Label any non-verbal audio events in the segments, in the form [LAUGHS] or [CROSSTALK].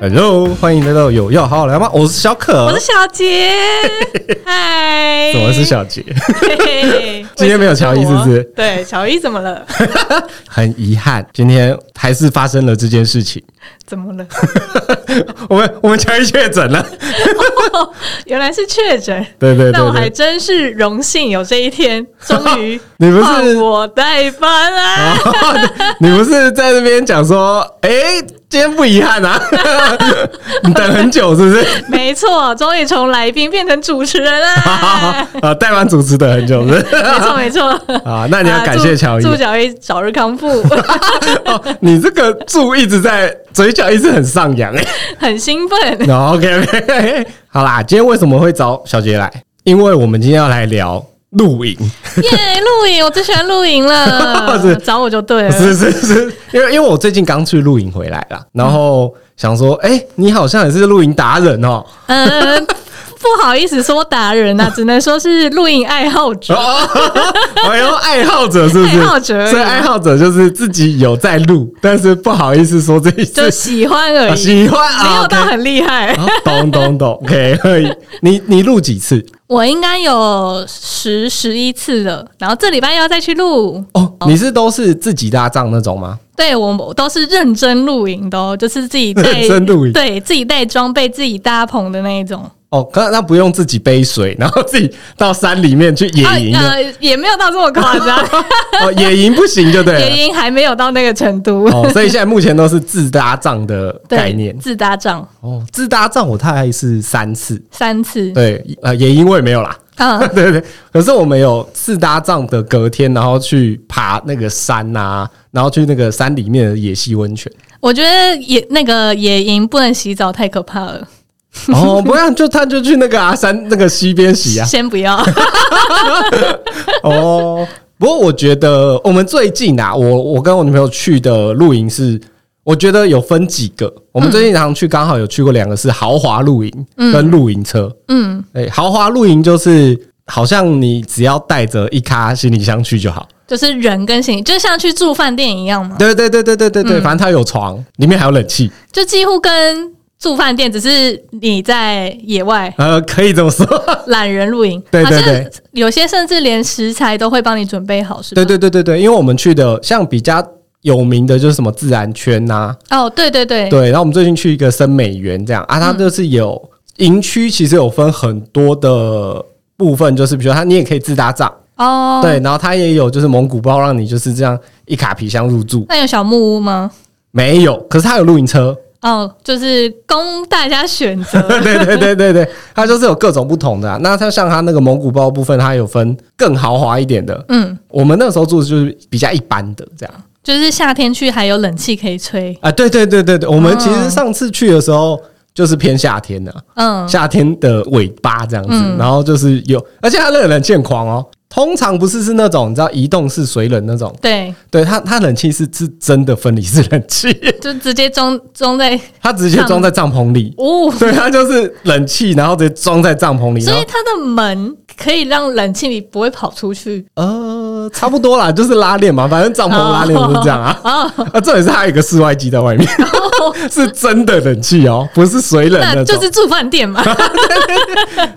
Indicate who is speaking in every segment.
Speaker 1: Hello，欢迎来到有药好好聊吗？我是小可，
Speaker 2: 我是小
Speaker 1: [LAUGHS]
Speaker 2: 杰，嗨，
Speaker 1: 怎么是小杰？
Speaker 2: 嘿？
Speaker 1: 今天没有乔伊是不是
Speaker 2: 为什么我对，乔伊怎么
Speaker 1: [LAUGHS]
Speaker 2: 了？
Speaker 1: [LAUGHS] 很遗憾，今天还是发生了这件事情。
Speaker 2: 怎么了？ [LAUGHS]
Speaker 1: 我们我们乔伊确诊了， [LAUGHS]
Speaker 2: 原来是确诊。
Speaker 1: 对对
Speaker 2: 那我
Speaker 1: 对
Speaker 2: 还
Speaker 1: 对，
Speaker 2: 真是荣幸有这一天，终于
Speaker 1: [LAUGHS] 你不是
Speaker 2: 换我代班啦、啊！
Speaker 1: 哦 [LAUGHS] 你不是在那边讲说，哎、今天不遗憾啊？ [LAUGHS] 你等很久是不
Speaker 2: [LAUGHS]
Speaker 1: 是？
Speaker 2: 没错，终于从来宾变成主持人
Speaker 1: [LAUGHS]
Speaker 2: 啦！
Speaker 1: 啊，代班主持等很久是不
Speaker 2: [LAUGHS]
Speaker 1: 是？
Speaker 2: 没错没错，
Speaker 1: 啊，那你要感谢乔伊、
Speaker 2: 祝祝乔伊早日
Speaker 1: [LAUGHS]
Speaker 2: 康复，
Speaker 1: 哦，你这个注一直在嘴角一直很上扬哎、
Speaker 2: 很兴奋。
Speaker 1: [LAUGHS] o OK OK，好啦，今天为什么会找小杰来？因为我们今天要来聊露营，
Speaker 2: 耶，露营，我最喜欢露营
Speaker 1: [LAUGHS] 是
Speaker 2: 了，找我就对 [LAUGHS] 了。
Speaker 1: 是是是，因为因为我最近刚去露营回来啦，然后想说，哎、你好像也是露营达人
Speaker 2: [LAUGHS]
Speaker 1: 哦、
Speaker 2: 嗯，不好意思说达人呐、啊，只能说是露营爱好者。
Speaker 1: 哦，哎呦，爱好者是不是？
Speaker 2: 爱好者而已啊
Speaker 1: 所以爱好者就是自己有在录，但是不好意思说这一次
Speaker 2: 就喜欢而
Speaker 1: 啊
Speaker 2: 已，
Speaker 1: 喜欢啊，
Speaker 2: 没有到
Speaker 1: OK
Speaker 2: 很厉害。
Speaker 1: 哦懂懂懂，OK，可 [LAUGHS] 以。你你录几次？
Speaker 2: 我应该有十十一次了，然后这礼拜要再去录。
Speaker 1: 哦，你是都是自己搭帐那种吗？
Speaker 2: 对我我都是认真露营的哦，就是自己带
Speaker 1: 认真露营
Speaker 2: 对自己带装备、自己搭棚的那一种。
Speaker 1: 哦，可那不用自己背水，然后自己到山里面去野
Speaker 2: 啊
Speaker 1: 营的。
Speaker 2: 呃，也没有到这么夸张，
Speaker 1: [LAUGHS] 哦，野营不行就对了。
Speaker 2: [LAUGHS] 野营还没有到那个程度。 [LAUGHS]
Speaker 1: 哦，所以现在目前都是自搭帐的
Speaker 2: 对，
Speaker 1: 概念。
Speaker 2: 自搭帐
Speaker 1: 哦，自搭帐我大概是三次，
Speaker 2: 三次。
Speaker 1: 对，呃，野营我也没有啦。 [LAUGHS]
Speaker 2: 嗯，
Speaker 1: 对对，对可是我们有自搭帐的隔天，然后去爬那个山呐、然后去那个山里面的野溪温泉。
Speaker 2: 我觉得野那个野营不能洗澡，太可怕了。
Speaker 1: [LAUGHS] 哦，不然就他就去那个啊山那个溪边洗啊。
Speaker 2: 先不要。
Speaker 1: 哦，不过我觉得我们最近啊，我我跟我女朋友去的露营是，我觉得有分几个。我们最近常去，刚好有去过两个是豪华露营跟露营车。
Speaker 2: 嗯，
Speaker 1: 哎、豪华露营就是好像你只要带着一卡行李箱去就好。
Speaker 2: 就是人跟行李，就像去住饭店一样嘛，
Speaker 1: 对对对对对对
Speaker 2: 嗯
Speaker 1: 对，反正它有床，里面还有冷气。
Speaker 2: 就几乎跟住饭店，只是你在野外
Speaker 1: 呃，可以这
Speaker 2: [LAUGHS]
Speaker 1: 么说。
Speaker 2: 懒人露营。
Speaker 1: 对对
Speaker 2: 好像
Speaker 1: 对
Speaker 2: 有些甚至连食材都会帮你准备好，是吧？
Speaker 1: 对对对对对，因为我们去的像比较有名的就是什么自然圈啊呐、
Speaker 2: 哦，对对对，
Speaker 1: 对，然后我们最近去一个森美园，这样啊，
Speaker 2: 嗯
Speaker 1: 它就是有营区，其实有分很多的部分，就是比如说它你也可以自搭帐，
Speaker 2: 哦，
Speaker 1: 对，然后它也有就是蒙古包让你就是这样一卡皮箱入住，
Speaker 2: 那有小木屋吗？
Speaker 1: 没有，可是它有露营车，
Speaker 2: [LAUGHS] 哦，就是供大家选
Speaker 1: [LAUGHS]
Speaker 2: 择。
Speaker 1: 对对对对对，它就是有各种不同的、啊。那它像它那个蒙古包部分，它有分更豪华一点的，
Speaker 2: 嗯，
Speaker 1: 我们那时候住的就是比较一般的这样
Speaker 2: 就是夏天去还有冷气可以吹。
Speaker 1: 啊，对对对对对，我们其实
Speaker 2: 哦
Speaker 1: 上次去的时候就是偏夏天的、
Speaker 2: 嗯，
Speaker 1: 夏天的尾巴这样子，
Speaker 2: 嗯
Speaker 1: 然后就是有，而且它那个冷气很狂哦。通常不是是那种你知道移动式水冷那种，
Speaker 2: 对，
Speaker 1: 对它它冷气是是真的分离式冷
Speaker 2: [LAUGHS]
Speaker 1: 气，
Speaker 2: 就直接装装在
Speaker 1: 它直接装在帐篷里，
Speaker 2: 哦，
Speaker 1: 对它就是冷气，然后直接装在帐篷里，然
Speaker 2: 所
Speaker 1: 后
Speaker 2: 以它的门可以让冷气里不会跑出去。
Speaker 1: 呃差不多啦，就是拉链嘛，反正帐篷拉链就是这样啊。
Speaker 2: 哦，
Speaker 1: [LAUGHS] 啊，重点是还有一个室外机在外面， [LAUGHS] 是真的冷气哦，不是水冷
Speaker 2: 那
Speaker 1: 那种。
Speaker 2: 就是住饭店嘛。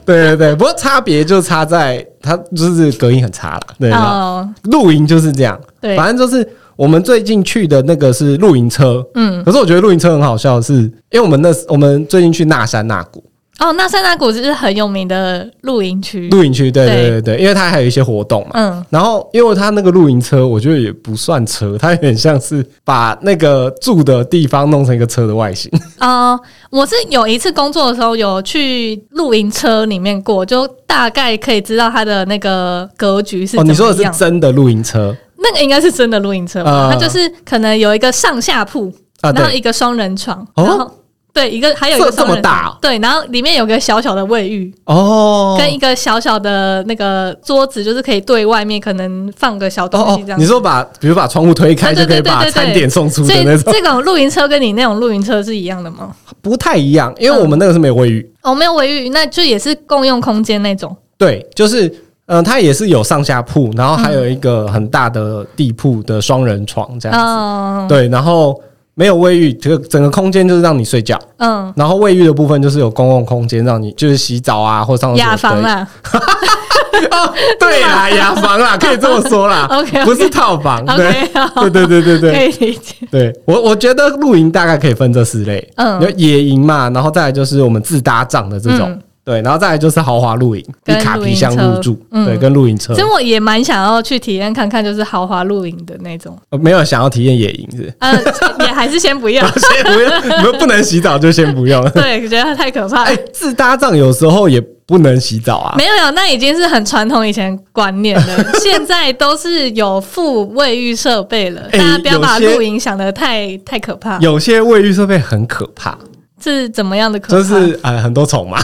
Speaker 1: 对对对，不过差别就差在它就是隔音很差啦，对吧？
Speaker 2: 哦，
Speaker 1: 露营就是这样，
Speaker 2: 对
Speaker 1: 反正就是我们最近去的那个是露营车，
Speaker 2: 嗯，
Speaker 1: 可是我觉得露营车很好笑的是，因为我们那我们最近去那山那谷
Speaker 2: 哦，那三大谷就是很有名的露营区。
Speaker 1: 露营区，对对
Speaker 2: 嗯对
Speaker 1: 对对，因为它还有一些活动嘛。
Speaker 2: 嗯，
Speaker 1: 然后，因为它那个露营车，我觉得也不算车，它有点像是把那个住的地方弄成一个车的外形。
Speaker 2: 哦，我是有一次工作的时候有去露营车里面过，就大概可以知道它的那个格局是
Speaker 1: 哦，
Speaker 2: 怎
Speaker 1: 你说
Speaker 2: 么
Speaker 1: 的是
Speaker 2: 样。
Speaker 1: 真的露营车
Speaker 2: 那个应该是真的露营车吧？
Speaker 1: 呃
Speaker 2: 它就是可能有一个上下铺，
Speaker 1: 啊？
Speaker 2: 然后
Speaker 1: 对，
Speaker 2: 一个双人床，
Speaker 1: 哦
Speaker 2: 然后对一个还有一
Speaker 1: 这
Speaker 2: 个
Speaker 1: 这
Speaker 2: 双
Speaker 1: 么
Speaker 2: 人
Speaker 1: 大
Speaker 2: 床
Speaker 1: 哦，
Speaker 2: 对，然后里面有个小小的卫浴。
Speaker 1: 哦，
Speaker 2: 跟一个小小的那个桌子，就是可以对外面可能放个小东
Speaker 1: 哦
Speaker 2: 西这
Speaker 1: 哦，
Speaker 2: 样
Speaker 1: 你
Speaker 2: 子。
Speaker 1: 说把比如把窗户推开，
Speaker 2: 啊
Speaker 1: 就
Speaker 2: 对
Speaker 1: 可以
Speaker 2: 对对
Speaker 1: 把
Speaker 2: 对对
Speaker 1: 餐点送出
Speaker 2: 所
Speaker 1: 的
Speaker 2: 以
Speaker 1: 那种，
Speaker 2: 这种露营车跟你那种露营车是一样的吗？
Speaker 1: 不太一样，因为我们那个是没有卫浴。
Speaker 2: 哦，没有卫浴，那就也是共用空间那种。
Speaker 1: 对，就是嗯、呃它也是有上下铺，
Speaker 2: 嗯
Speaker 1: 然后还有一个很大的地铺的双人床这样子。
Speaker 2: 嗯，
Speaker 1: 对，然后没有卫浴，这个整个空间就是让你睡觉。
Speaker 2: 嗯，
Speaker 1: 然后卫浴的部分就是有公共空间，让你就是洗澡啊，或上厕所。
Speaker 2: 雅房啦，
Speaker 1: 对。哦，对
Speaker 2: [LAUGHS]
Speaker 1: 啦，雅房啦，可以这么说啦。
Speaker 2: OK，OK
Speaker 1: 不是套房。对
Speaker 2: OK，好，
Speaker 1: 对对对对
Speaker 2: 可
Speaker 1: 对
Speaker 2: 以理解。
Speaker 1: 对，我我觉得露营大概可以分这四类，
Speaker 2: 嗯
Speaker 1: 有野营嘛，然后再来就是我们自搭帐的这种，
Speaker 2: 嗯
Speaker 1: 对，然后再来就是豪华露营，一
Speaker 2: 跟
Speaker 1: 卡皮箱入住，
Speaker 2: 露营车
Speaker 1: 对，
Speaker 2: 嗯
Speaker 1: 跟露营车
Speaker 2: 其实，我也蛮想要去体验看看，就是豪华露营的那种。
Speaker 1: 呃没有想要体验野营是 [LAUGHS]
Speaker 2: 呃， [LAUGHS] 也还是先不要。
Speaker 1: 不是，先不用，你们不能洗澡就先不
Speaker 2: [LAUGHS]
Speaker 1: 用。
Speaker 2: 对，觉得它太可怕了。
Speaker 1: 哎，自搭帐有时候也不能洗澡啊，
Speaker 2: 没有没有，那已经是很传统以前观念
Speaker 1: [LAUGHS]
Speaker 2: 了，现在都是有附卫浴设备了。
Speaker 1: 哎
Speaker 2: 大家不要把
Speaker 1: 有些
Speaker 2: 露营想得太太可怕，
Speaker 1: 有些卫浴设备很可怕，
Speaker 2: 是怎么样的可怕？
Speaker 1: 就是呃很多虫嘛，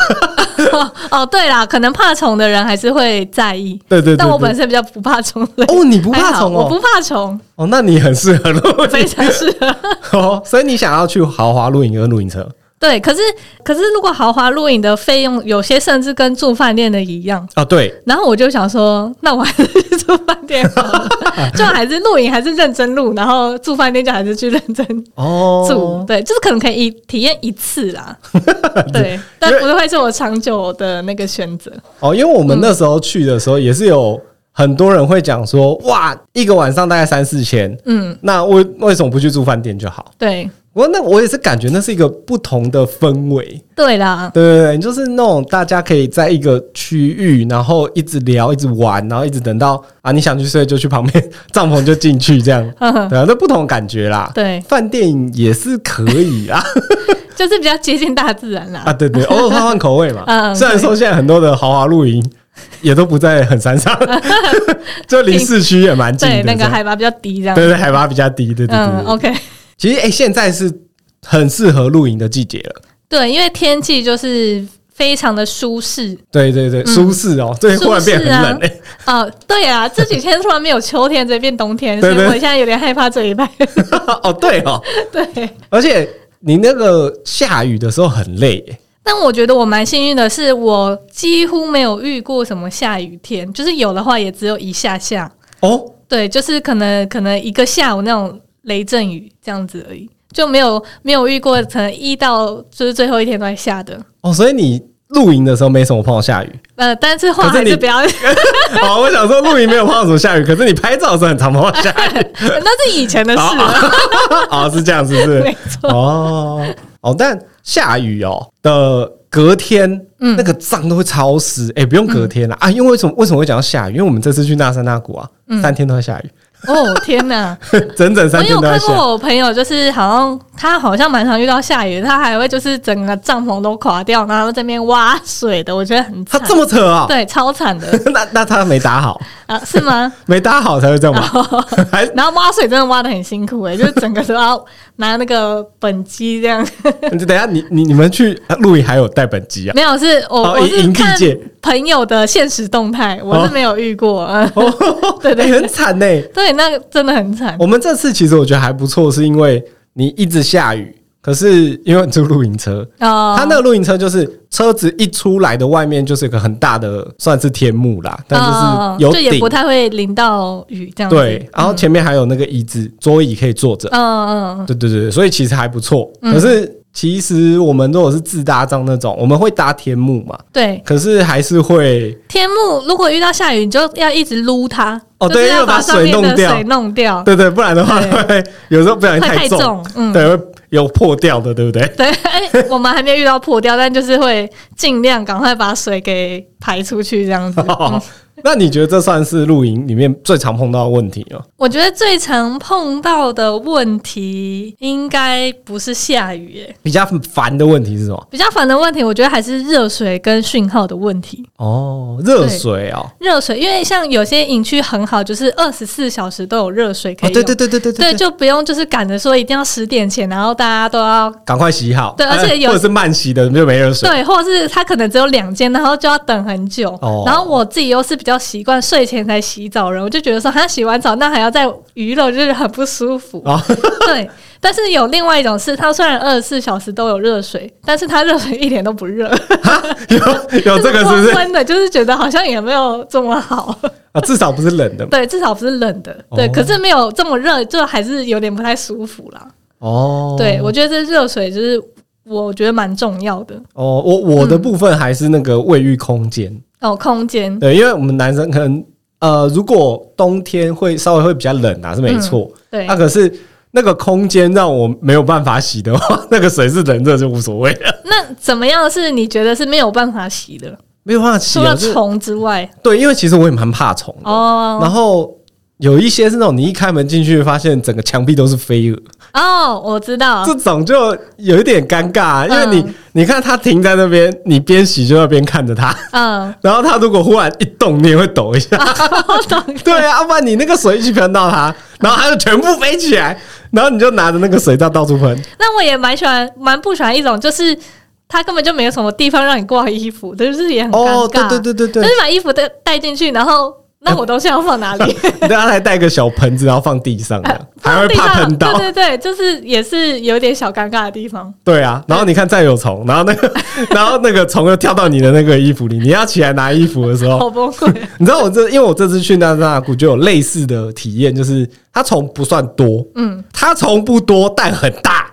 Speaker 2: 哦，对啦，可能怕虫的人还是会在意。
Speaker 1: 对对对
Speaker 2: 但我
Speaker 1: 对
Speaker 2: 本。身比较不怕虫类。
Speaker 1: 哦，你不怕
Speaker 2: 还好
Speaker 1: 虫
Speaker 2: 我不
Speaker 1: 哦？
Speaker 2: 怕 [LAUGHS] 虫，
Speaker 1: 哦，那你很适合露
Speaker 2: 非
Speaker 1: 营
Speaker 2: 常适合。
Speaker 1: 哦，所以你想要去豪华露营跟露营车
Speaker 2: 对，可是可是如果豪华露营的费用，有些甚至跟住饭店的一样。
Speaker 1: 哦，对，
Speaker 2: 然后我就想说，那我还是去住饭店好了， [LAUGHS] 就还是露营，还是认真露，然后住饭店就还是去认真
Speaker 1: 哦，
Speaker 2: 住。对，就是可能可以一体验一次啦， [LAUGHS] 对，但不会是我长久的那个选择。
Speaker 1: 哦，因为我
Speaker 2: 嗯
Speaker 1: 们那时候去的时候也是有很多人会讲说，哇，一个晚上大概三四千，
Speaker 2: 嗯，
Speaker 1: 那为为什么不去住饭店就好？
Speaker 2: 对，
Speaker 1: 不过那我也是感觉那是一个不同的氛围，
Speaker 2: 对啦，
Speaker 1: 对对对，就是那种大家可以在一个区域，然后一直聊，一直玩，然后一直等到啊你想去睡就去旁边帐篷就进去这样，
Speaker 2: 呵呵
Speaker 1: 对啊，那不同感觉啦。
Speaker 2: 对，
Speaker 1: 饭店也是可以啊
Speaker 2: 就是比较接近大自然
Speaker 1: 啊，
Speaker 2: 啦。
Speaker 1: 对对，偶尔换换口味嘛。
Speaker 2: 嗯
Speaker 1: 虽然说现在很多的豪华露营也都不在很山
Speaker 2: [LAUGHS]
Speaker 1: 上，就离市区也蛮近的
Speaker 2: 对，
Speaker 1: 这样。
Speaker 2: 那个海拔比较低，这样。
Speaker 1: 对对海拔比较低，对对对
Speaker 2: 嗯
Speaker 1: 对对。
Speaker 2: ，OK，
Speaker 1: 其实哎、诶现在是很适合露营的季节了。
Speaker 2: 对，因为天气就是非常的
Speaker 1: [LAUGHS]
Speaker 2: 舒适。
Speaker 1: 对对对，舒适哦，对，忽然变很冷
Speaker 2: 嗯舒啊
Speaker 1: 哎、
Speaker 2: 哦，对啊，这几天突然没有秋天，直接变冬天，所
Speaker 1: 对
Speaker 2: 以
Speaker 1: 对
Speaker 2: 我现在有点害怕这一
Speaker 1: [LAUGHS]
Speaker 2: 拜。
Speaker 1: [LAUGHS] 哦，对哦，
Speaker 2: 对，
Speaker 1: 而且你那个下雨的时候很累、欸，
Speaker 2: 但我觉得我蛮幸运的是，我几乎没有遇过什么下雨天，就是有的话也只有一下下。
Speaker 1: 哦，
Speaker 2: 对，就是可能可能一个下午那种雷阵雨这样子而已，就没有没有遇过可能一到就是最后一天都在下的。
Speaker 1: 哦，所以你露营的时候没什么碰到下
Speaker 2: [LAUGHS]
Speaker 1: 雨。
Speaker 2: 呃，但是话
Speaker 1: 可是
Speaker 2: 还
Speaker 1: 你
Speaker 2: 是不要， [LAUGHS]
Speaker 1: 哦，我想说露营没有碰到什么下雨，可是你拍照的时候很常碰到下雨。
Speaker 2: 那 [LAUGHS] 是以前的事了。
Speaker 1: [LAUGHS] 哦，是这样，是不是？
Speaker 2: 没
Speaker 1: 哦哦，但下雨哦的隔天，
Speaker 2: 嗯
Speaker 1: 那个帐都会潮湿。哎、不用隔天啦、啊，因为为什么为什么会讲到下雨？因为我们这次去那山那谷啊，
Speaker 2: 嗯
Speaker 1: 三天都在下雨， [LAUGHS]
Speaker 2: 哦，天哪！
Speaker 1: 整整
Speaker 2: 我
Speaker 1: 三天
Speaker 2: 有
Speaker 1: 都在
Speaker 2: 看
Speaker 1: 下
Speaker 2: 过
Speaker 1: 雨。
Speaker 2: 我朋友，就是好像他好像蛮常遇到下雨，他还会就是整个帐篷都垮掉，然后在那边挖水的，我觉得很
Speaker 1: 他
Speaker 2: 惨。
Speaker 1: 这么扯啊、
Speaker 2: 对，超惨的
Speaker 1: [LAUGHS] 那那他没打好，
Speaker 2: 啊，是吗？ [LAUGHS]
Speaker 1: 没打好才会这样吧？ [LAUGHS] 还
Speaker 2: 然后挖水真的挖的很辛苦哎、就是整个都要拿那个本机这样。 [LAUGHS]
Speaker 1: 你等一下，你你你们去啊露营还有带本机啊？
Speaker 2: 没有，是我、
Speaker 1: 哦
Speaker 2: 我
Speaker 1: 营
Speaker 2: 是
Speaker 1: 营地
Speaker 2: 看
Speaker 1: 界
Speaker 2: 朋友的现实动态，我
Speaker 1: 哦
Speaker 2: 是没有遇过。嗯
Speaker 1: 哦，
Speaker 2: [LAUGHS]
Speaker 1: [LAUGHS]
Speaker 2: 对对
Speaker 1: 哎
Speaker 2: 对
Speaker 1: 很惨呢、
Speaker 2: [LAUGHS] 对，那个真的很惨。
Speaker 1: 我们这次其实我觉得还不错，是因为你一直下雨，可是因为你住露营车，
Speaker 2: 哦，
Speaker 1: 它那个露营车就是车子一出来的外面就是有个很大的算是天幕啦，但
Speaker 2: 哦
Speaker 1: 就是有
Speaker 2: 就也
Speaker 1: 顶
Speaker 2: 不，太会淋到雨这样子。
Speaker 1: 对，然后前面还有那个椅子、桌椅可以坐着，
Speaker 2: 嗯嗯嗯，
Speaker 1: 对对对，所以其实还不错。可是其实我们如果是自搭帐那种，我们会搭天幕嘛，
Speaker 2: 对。
Speaker 1: 可是还是会
Speaker 2: 天幕如果遇到下雨，你就要一直撸它，
Speaker 1: 哦
Speaker 2: 就是
Speaker 1: 对
Speaker 2: 要
Speaker 1: 要把
Speaker 2: 把上
Speaker 1: 水
Speaker 2: 面
Speaker 1: 弄
Speaker 2: 的
Speaker 1: 掉
Speaker 2: 水弄掉，
Speaker 1: 对对，不然的话会有时候不小心
Speaker 2: 会
Speaker 1: 太
Speaker 2: 太
Speaker 1: 重，
Speaker 2: 重，嗯。
Speaker 1: 对，会有破掉的，对不对？
Speaker 2: 对， [LAUGHS] 哎，我们还没有遇到破掉，但就是会尽量赶快把水给排出去，
Speaker 1: [LAUGHS]
Speaker 2: 这样子。嗯
Speaker 1: 那你觉得这算是露营里面最常碰到的问题哦吗？
Speaker 2: 我觉得最常碰到的问题应该不是下雨，哎，
Speaker 1: 比较烦的问题是什么？
Speaker 2: 比较烦的问题，我觉得还是热水跟讯号的问题。
Speaker 1: 哦，热水哦，
Speaker 2: 热水，因为像有些营区很好，就是二十四小时都有热水可
Speaker 1: 哦，
Speaker 2: 以用，
Speaker 1: 对对对对对
Speaker 2: 对，就不用就是赶着说一定要十点前，然后大家都要
Speaker 1: 赶快洗好。
Speaker 2: 对而且
Speaker 1: 哎
Speaker 2: 有
Speaker 1: 或者是慢洗的就没热水。
Speaker 2: 对，或者是他可能只有两间，然后就要等很久。
Speaker 1: 哦
Speaker 2: 然后我自己又是比较习惯睡前才洗澡的人，我就觉得说他洗完澡那还要再娱乐，就是很不舒服。
Speaker 1: 哦
Speaker 2: [LAUGHS] 对，但是有另外一种是，它虽然二十四小时都有热水，但是它热水一点都不热，
Speaker 1: 有有
Speaker 2: 就
Speaker 1: 哦这个是不
Speaker 2: 温 [LAUGHS]
Speaker 1: 是
Speaker 2: 温的，就是觉得好像也没有这么好。
Speaker 1: 啊？至少不是冷的嘛。
Speaker 2: 对，至少不是冷的。对，
Speaker 1: 哦
Speaker 2: 可是没有这么热，就还是有点不太舒服啦。
Speaker 1: 哦，
Speaker 2: 对我觉得这热水就是我觉得蛮重要的
Speaker 1: 哦，我我
Speaker 2: 嗯
Speaker 1: 的部分还是那个卫浴空间，
Speaker 2: 哦，空间
Speaker 1: 对，因为我们男生可能呃，如果冬天会稍微会比较冷啊，是没错，
Speaker 2: 嗯对
Speaker 1: 那、，可是。那个空间让我没有办法洗的话， [LAUGHS] 那个水是冷热就无所谓了，
Speaker 2: 那怎么样是你觉得是没有办法洗的？
Speaker 1: 没有办法洗
Speaker 2: 除
Speaker 1: 啊。
Speaker 2: 了
Speaker 1: 就是
Speaker 2: 虫之外，
Speaker 1: 对，因为其实我也蛮怕虫的。
Speaker 2: 哦
Speaker 1: 然后有一些是那种你一开门进去，发现整个墙壁都是飞蛾，
Speaker 2: 哦，我知道，
Speaker 1: 这种就有一点尴尬、啊因为你、
Speaker 2: 嗯
Speaker 1: 你看它停在那边，你边洗就要边看着它，
Speaker 2: 嗯，
Speaker 1: 然后它如果忽然一动，你也会抖一
Speaker 2: [LAUGHS]
Speaker 1: 下。
Speaker 2: 我懂，
Speaker 1: 对啊，要不然你那个水一起喷到它，然后它就全部飞起来，然后你就拿着那个水到到处
Speaker 2: [LAUGHS]
Speaker 1: 喷。
Speaker 2: 那我也蛮喜欢，蛮不喜欢一种，就是它根本就没有什么地方让你挂衣服，就是也很尴尬。
Speaker 1: 哦，对对对对
Speaker 2: 就
Speaker 1: 对，
Speaker 2: 是把衣服带带进去，然后那我东西要放哪里？
Speaker 1: 大家啊还带个小盆子，然后放地上这
Speaker 2: [LAUGHS]
Speaker 1: 样， [LAUGHS] 还会
Speaker 2: 地
Speaker 1: 怕
Speaker 2: 上
Speaker 1: 喷到。
Speaker 2: 对对对，就是也是有点小尴尬的地方。
Speaker 1: 对啊，然后你看再有虫，然后那个， [LAUGHS] 然后那个虫又跳到你的那个衣服里，你要起来拿衣服的时候，
Speaker 2: 好崩溃 [LAUGHS]
Speaker 1: 你知道我这，因为我这次去那那谷就有类似的体验，就是它虫不算多，嗯，它虫不多，但很大。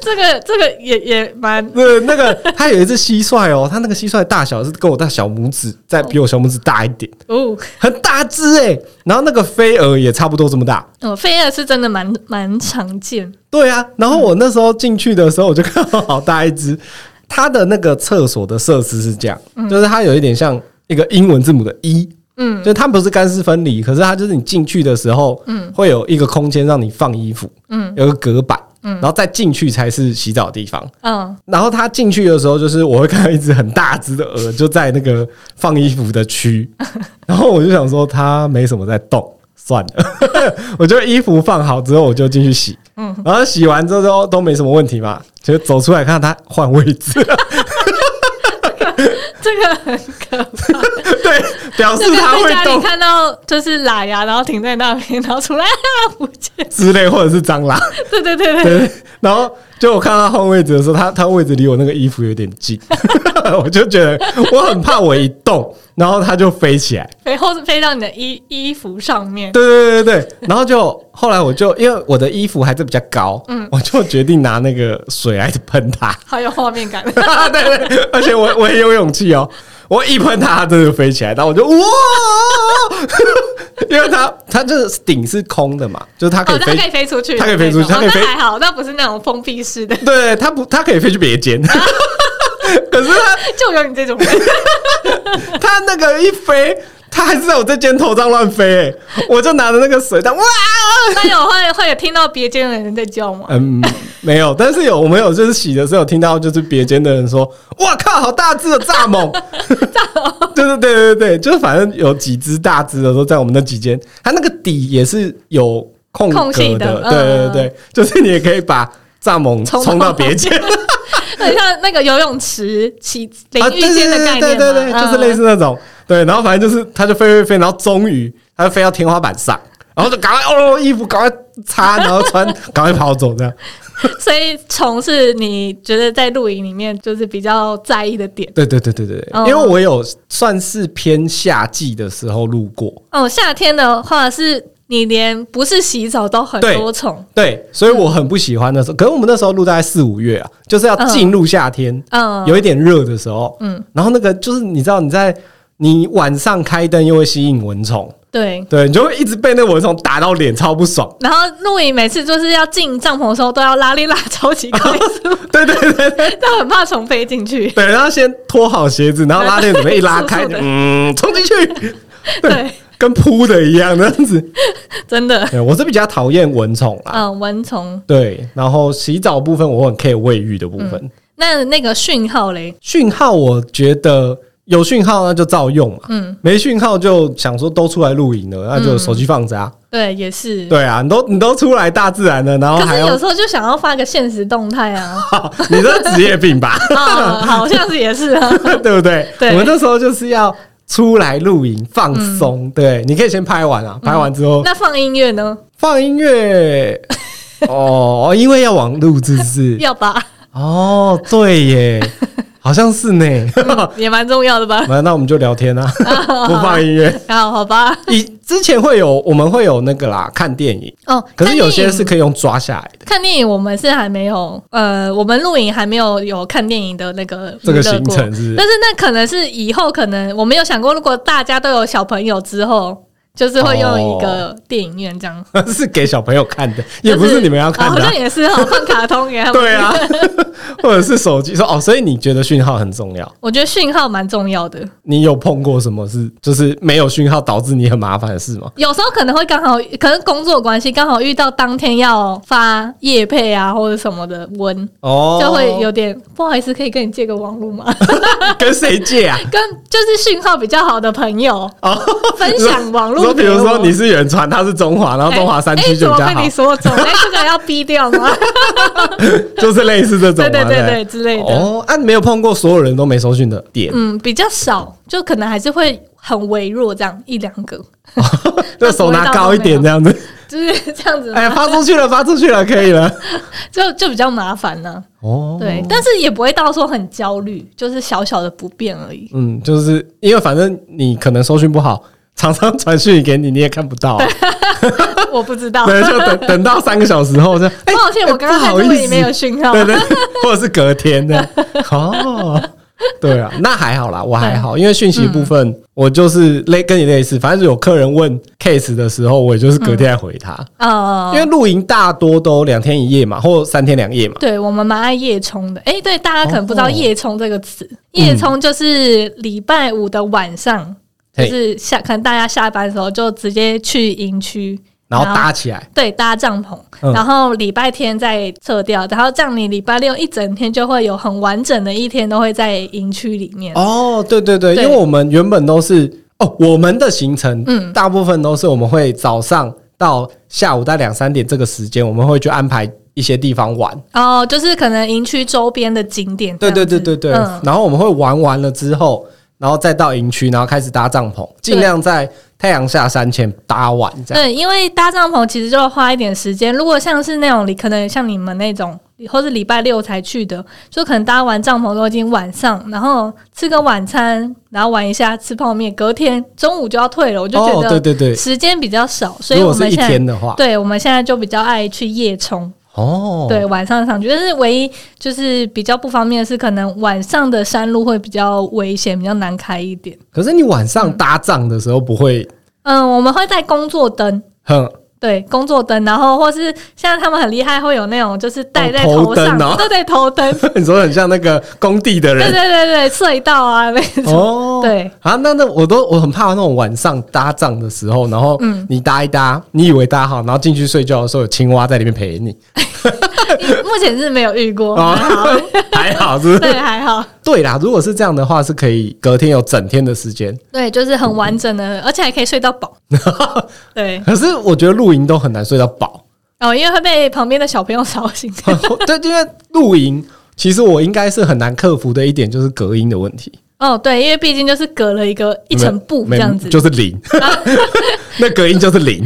Speaker 2: 这个这个也也蛮
Speaker 1: 那那个它有一只蟋蟀哦，它那个蟋蟀大小是跟我大小拇指，再比我小拇指大一点，
Speaker 2: 哦，
Speaker 1: 很大只哎、然后那个飞蛾也差不多这么大。
Speaker 2: 嗯，飞蛾是真的蛮蛮常见，
Speaker 1: 对啊，然后我那时候进去的时候，我就看到好大一只。它的那个厕所的设施是这样，就是它有一点像一个英文字母的一、
Speaker 2: 嗯
Speaker 1: 就它不是干湿分离，可是它就是你进去的时候，嗯，会有一个空间让你放衣服，嗯，有个隔板，嗯，然后再进去才是洗澡的地方。
Speaker 2: 嗯
Speaker 1: 然后它进去的时候，就是我会看到一只很大只的鹅就在那个放衣服的
Speaker 2: [LAUGHS]
Speaker 1: 区，然后我就想说它没什么在动，算了， [LAUGHS] 我就衣服放好之后我就进去洗，嗯，然后洗完之后都没什么问题嘛，就走出来看到它换位
Speaker 2: [LAUGHS]
Speaker 1: 置，
Speaker 2: 这个很可怕。
Speaker 1: 对，表示
Speaker 2: 就跟
Speaker 1: 它
Speaker 2: 在
Speaker 1: 会
Speaker 2: 家里
Speaker 1: 动
Speaker 2: 看到就是喇牙，然后停在那边，然后出来 [LAUGHS] 啊不见，
Speaker 1: 之类，或者是蟑螂。
Speaker 2: 对对对对，
Speaker 1: 对，然后就我看到他换位置的时候，他他位置离我那个衣服有点近， [LAUGHS] 我就觉得我很怕我一动，然后它就飞起来。
Speaker 2: 飞后飞到你的衣衣服上面，
Speaker 1: 对对对对对，然后就后来我就因为我的衣服还是比较高，我就决定拿那个水来喷它。 [LAUGHS]
Speaker 2: 好有画面感。
Speaker 1: 对对，而且我 [LAUGHS] 我很有勇气哦，我一喷它，它真的飞起来，然后我就哇，因为它它就是顶是空的嘛，就是它可
Speaker 2: 哦，
Speaker 1: 以
Speaker 2: 它
Speaker 1: 飞
Speaker 2: 可以飞出去，
Speaker 1: 它可以飞出去
Speaker 2: 那
Speaker 1: 它可以飞
Speaker 2: 种哦那还好，那不是那种封闭式的， [LAUGHS]
Speaker 1: 对，它不，它可以飞去别间。 [LAUGHS] 可是
Speaker 2: 就有你这种
Speaker 1: [LAUGHS]
Speaker 2: 人，
Speaker 1: 它它那个一飞，它还是在我这间头上乱飞、欸，我就拿着那个水弹，哇！
Speaker 2: 那有会会有听到别间的人在叫吗？
Speaker 1: 嗯，没有， [LAUGHS] 但是有我们有就是洗的时候有听到，就是别间的人说：“哇靠，好大只的蚱
Speaker 2: [LAUGHS]
Speaker 1: 蜢！”蚱蜢，对对对对对，就是反正有几只大只的都在我们那几间，它那个底也是有空
Speaker 2: 空隙
Speaker 1: 格
Speaker 2: 的嗯
Speaker 1: 的，对对对，就是你也可以把蚱蜢
Speaker 2: 冲
Speaker 1: 冲
Speaker 2: 到
Speaker 1: 到别间。
Speaker 2: 很像那个游泳池洗 [LAUGHS] 淋
Speaker 1: 啊，
Speaker 2: 浴间的概念吗，嗯
Speaker 1: 对对对对对，就是类
Speaker 2: 似
Speaker 1: 似那种。对，然后反正就是它就飞飞飞，然后终于它就飞到天花板上，然后就赶快哦，衣服赶快擦，然后穿， [LAUGHS] 赶快跑走这样。。
Speaker 2: 所以虫是你觉得在露营里面就是比较在意的点。
Speaker 1: 对对对对对，
Speaker 2: 哦
Speaker 1: 因为我有算是偏夏季的时候路过，
Speaker 2: 哦，夏天的话是你连不是洗澡都很
Speaker 1: 对
Speaker 2: 多虫，
Speaker 1: 对，所以我很不喜欢那时候。可是我们那时候录大概四五月啊，就是要进入夏天，
Speaker 2: 嗯
Speaker 1: 有一点热的时候，嗯，然后那个就是你知道你在你晚上开灯又会吸引蚊虫，
Speaker 2: 对。
Speaker 1: 对，你就会一直被那蚊虫打到脸，超不爽。 [LAUGHS]
Speaker 2: 然后露营每次就是要进帐篷的时候都要拉力拉超级
Speaker 1: [LAUGHS]
Speaker 2: 快速，
Speaker 1: 对对对对
Speaker 2: 都很怕虫飞进去。
Speaker 1: 对，然后先脱好鞋子，然后拉链怎么一拉
Speaker 2: [LAUGHS]
Speaker 1: 开，
Speaker 2: 速速地
Speaker 1: 嗯，冲进去， [LAUGHS]
Speaker 2: 对，
Speaker 1: 跟扑的一样这样子。
Speaker 2: 真的，
Speaker 1: 对，我是比较讨厌蚊虫啦。
Speaker 2: 嗯，蚊虫。
Speaker 1: 对，然后洗澡部分我很 care 卫浴的部
Speaker 2: 嗯
Speaker 1: 分，
Speaker 2: 那那个讯号嘞，
Speaker 1: 讯号我觉得有讯号那就照用嘛，嗯，没讯号就想说都出来露营了，那就手机放着啊。
Speaker 2: 对，也是。
Speaker 1: 对啊，你都你都出来大自然了，然后
Speaker 2: 可
Speaker 1: 还
Speaker 2: 是
Speaker 1: 要
Speaker 2: 有时候就想要发个现实动态
Speaker 1: [LAUGHS]
Speaker 2: 啊，
Speaker 1: 你这是职业病
Speaker 2: [LAUGHS]
Speaker 1: 吧？
Speaker 2: 啊，好像是也是
Speaker 1: [LAUGHS]
Speaker 2: 啊，
Speaker 1: 对不对？
Speaker 2: 对
Speaker 1: 我们那时候就是要出来露营放松，对，你可以先拍完啊，拍完之后
Speaker 2: 嗯那放音乐呢？
Speaker 1: 放音
Speaker 2: [LAUGHS]
Speaker 1: 乐。哦，因为要网录，是不是？
Speaker 2: 要吧，
Speaker 1: 哦，对耶，好像是
Speaker 2: [LAUGHS]
Speaker 1: 呢。
Speaker 2: 嗯也蛮重要的吧。
Speaker 1: [LAUGHS]
Speaker 2: [LAUGHS]
Speaker 1: 那那我们就聊天啊，不放音乐。
Speaker 2: 好好吧，
Speaker 1: 以之前会有我们会有那个啦，看电影，
Speaker 2: 哦，
Speaker 1: 可是有些
Speaker 2: 看电影
Speaker 1: 是可以用抓下来的。
Speaker 2: 看电影，我们是还没有，呃，我们露营还没有有看电影的那个
Speaker 1: 这个
Speaker 2: 娱乐
Speaker 1: 行
Speaker 2: 过
Speaker 1: 程是不是
Speaker 2: 但是那可能是以后可能我没有想过，如果大家都有小朋友之后，就是会用一个电影院这样，
Speaker 1: [LAUGHS] 是给小朋友看的，
Speaker 2: 就
Speaker 1: 哦也不是你们要
Speaker 2: 哦
Speaker 1: 看
Speaker 2: 好
Speaker 1: 的啊、
Speaker 2: 像也是哦，放卡通给他们。
Speaker 1: [LAUGHS] 对啊，或者是手机说哦，所以你觉得讯号很重要？
Speaker 2: 我觉得讯号蛮重要的，
Speaker 1: 你有碰过什么是就是没有讯号导致你很麻烦的事吗？
Speaker 2: 有时候可能会刚好，可能工作关系刚好遇到当天要发夜配啊或者什么的文，
Speaker 1: 哦，
Speaker 2: 就会有点不好意思，可以跟你借个网络吗？
Speaker 1: 跟谁借啊？
Speaker 2: 跟就是讯号比较好的朋友
Speaker 1: 哦，
Speaker 2: 分享 [LAUGHS] 网络给
Speaker 1: 说
Speaker 2: 我。
Speaker 1: 比如说你是远传，他是中华，然后中华三
Speaker 2: 哎哎
Speaker 1: 区就比较
Speaker 2: 怎么
Speaker 1: 好
Speaker 2: 被 [LAUGHS] 你，说中？哎，这个要逼掉吗？ [LAUGHS]
Speaker 1: 就是类似这种嘛，
Speaker 2: 对对对
Speaker 1: 不
Speaker 2: 对之类的。
Speaker 1: 哦，啊，没有碰过所有人都没收讯的点，
Speaker 2: 嗯，比较少，就可能还是会很微弱，这样一两个，
Speaker 1: 那手拿高一点这样子。
Speaker 2: 就是这样子，
Speaker 1: 哎，发出去了，发出去了，可以了。
Speaker 2: 就就比较麻烦了、
Speaker 1: 哦，
Speaker 2: 对，但是也不会到说很焦虑，就是小小的不便而已。
Speaker 1: 嗯，就是因为反正你可能收讯不好，厂商传讯给你，你也看不到 [LAUGHS] 啊、
Speaker 2: 我不知道，
Speaker 1: 对，就等等到三个小时后就，哎、
Speaker 2: 抱歉，
Speaker 1: 哎
Speaker 2: 我刚刚
Speaker 1: 不
Speaker 2: 在
Speaker 1: 好
Speaker 2: 录
Speaker 1: 意
Speaker 2: 里
Speaker 1: 思，
Speaker 2: 没有讯号。
Speaker 1: [LAUGHS] 对对，或者是隔天 [LAUGHS] 的。哦，对啊，那还好啦，我还好，因为讯息部分、我就是类跟你类似，反正有客人问 case 的时候，我也就是隔天来回他，
Speaker 2: 呃
Speaker 1: 因，为露营大多都两天一夜嘛，或三天两夜嘛。
Speaker 2: 对我们蛮爱夜冲的。哎、对，大家可能不知道
Speaker 1: 哦嗯
Speaker 2: 夜冲这个词，夜冲就是礼拜五的晚上，就
Speaker 1: 嘿
Speaker 2: 是下可能大家下班的时候就直接去营区，
Speaker 1: 然后搭起来，
Speaker 2: 对搭帐篷，
Speaker 1: 嗯
Speaker 2: 然后礼拜天再撤掉，然后这样你礼拜六一整天就会有很完整的一天都会在营区里面。
Speaker 1: 哦，对对对，
Speaker 2: 对
Speaker 1: 因为我们原本都是哦，我们的行程，
Speaker 2: 嗯
Speaker 1: 大部分都是我们会早上到下午在两三点这个时间，我们会去安排一些地方玩。
Speaker 2: 哦，就是可能营区周边的景点这
Speaker 1: 对
Speaker 2: 样子。
Speaker 1: 对对对对，
Speaker 2: 嗯，
Speaker 1: 然后我们会玩完了之后，然后再到营区，然后开始搭帐篷，尽量在太阳下山前搭完这样。
Speaker 2: 对，因为搭帐篷其实就要花一点时间。如果像是那种你可能像你们那种，或是礼拜六才去的，就可能搭完帐篷都已经晚上，然后吃个晚餐，然后玩一下，吃泡面，隔天中午就要退了，嗯我就觉
Speaker 1: 哦，对
Speaker 2: 得
Speaker 1: 对对，
Speaker 2: 时间比较少，所以
Speaker 1: 如
Speaker 2: 我
Speaker 1: 果是
Speaker 2: 们
Speaker 1: 一
Speaker 2: 现在
Speaker 1: 天的话，
Speaker 2: 对我们现在就比较爱去夜冲。
Speaker 1: 哦，
Speaker 2: 对，晚上上去，但是唯一就是比较不方便的是，可能晚上的山路会比较危险，比较难开一点。
Speaker 1: 可是你晚上搭帐的时候不会
Speaker 2: 嗯，我们会在工作灯，
Speaker 1: 很 [LAUGHS]
Speaker 2: 对，工作灯，然后或是像他们很厉害，会有那种就是戴在
Speaker 1: 哦头
Speaker 2: 上，
Speaker 1: 灯哦
Speaker 2: 对对，头灯，
Speaker 1: 你说很像那个工地的
Speaker 2: 对
Speaker 1: 人
Speaker 2: 对对对，隧道啊那种，
Speaker 1: 哦，
Speaker 2: 对
Speaker 1: 啊，那那我都我很怕那种晚上搭帐的时候，然后
Speaker 2: 嗯
Speaker 1: 你搭一搭，你以为搭好，然后进去睡觉的时候有青蛙在里面陪你
Speaker 2: 目前是没有遇过，
Speaker 1: 啊
Speaker 2: 哦还
Speaker 1: [LAUGHS] 还
Speaker 2: 好，
Speaker 1: 好是不
Speaker 2: 对，
Speaker 1: 是？
Speaker 2: 还好，
Speaker 1: 对啦，如果是这样的话，是可以隔天有整天的时间。
Speaker 2: 对，就是很完整的，而且还可以睡到饱，对，
Speaker 1: 可是我觉得露营都很难睡到饱， [LAUGHS]
Speaker 2: 哦，因为会被旁边的小朋友吵醒，
Speaker 1: 对，因为露营其实我应该是很难克服的一点就是隔音的问题，
Speaker 2: 哦，对，因为毕竟就是隔了一个一层布这
Speaker 1: 没
Speaker 2: 样子，
Speaker 1: 就是
Speaker 2: [LAUGHS]
Speaker 1: 零，那隔音就是零。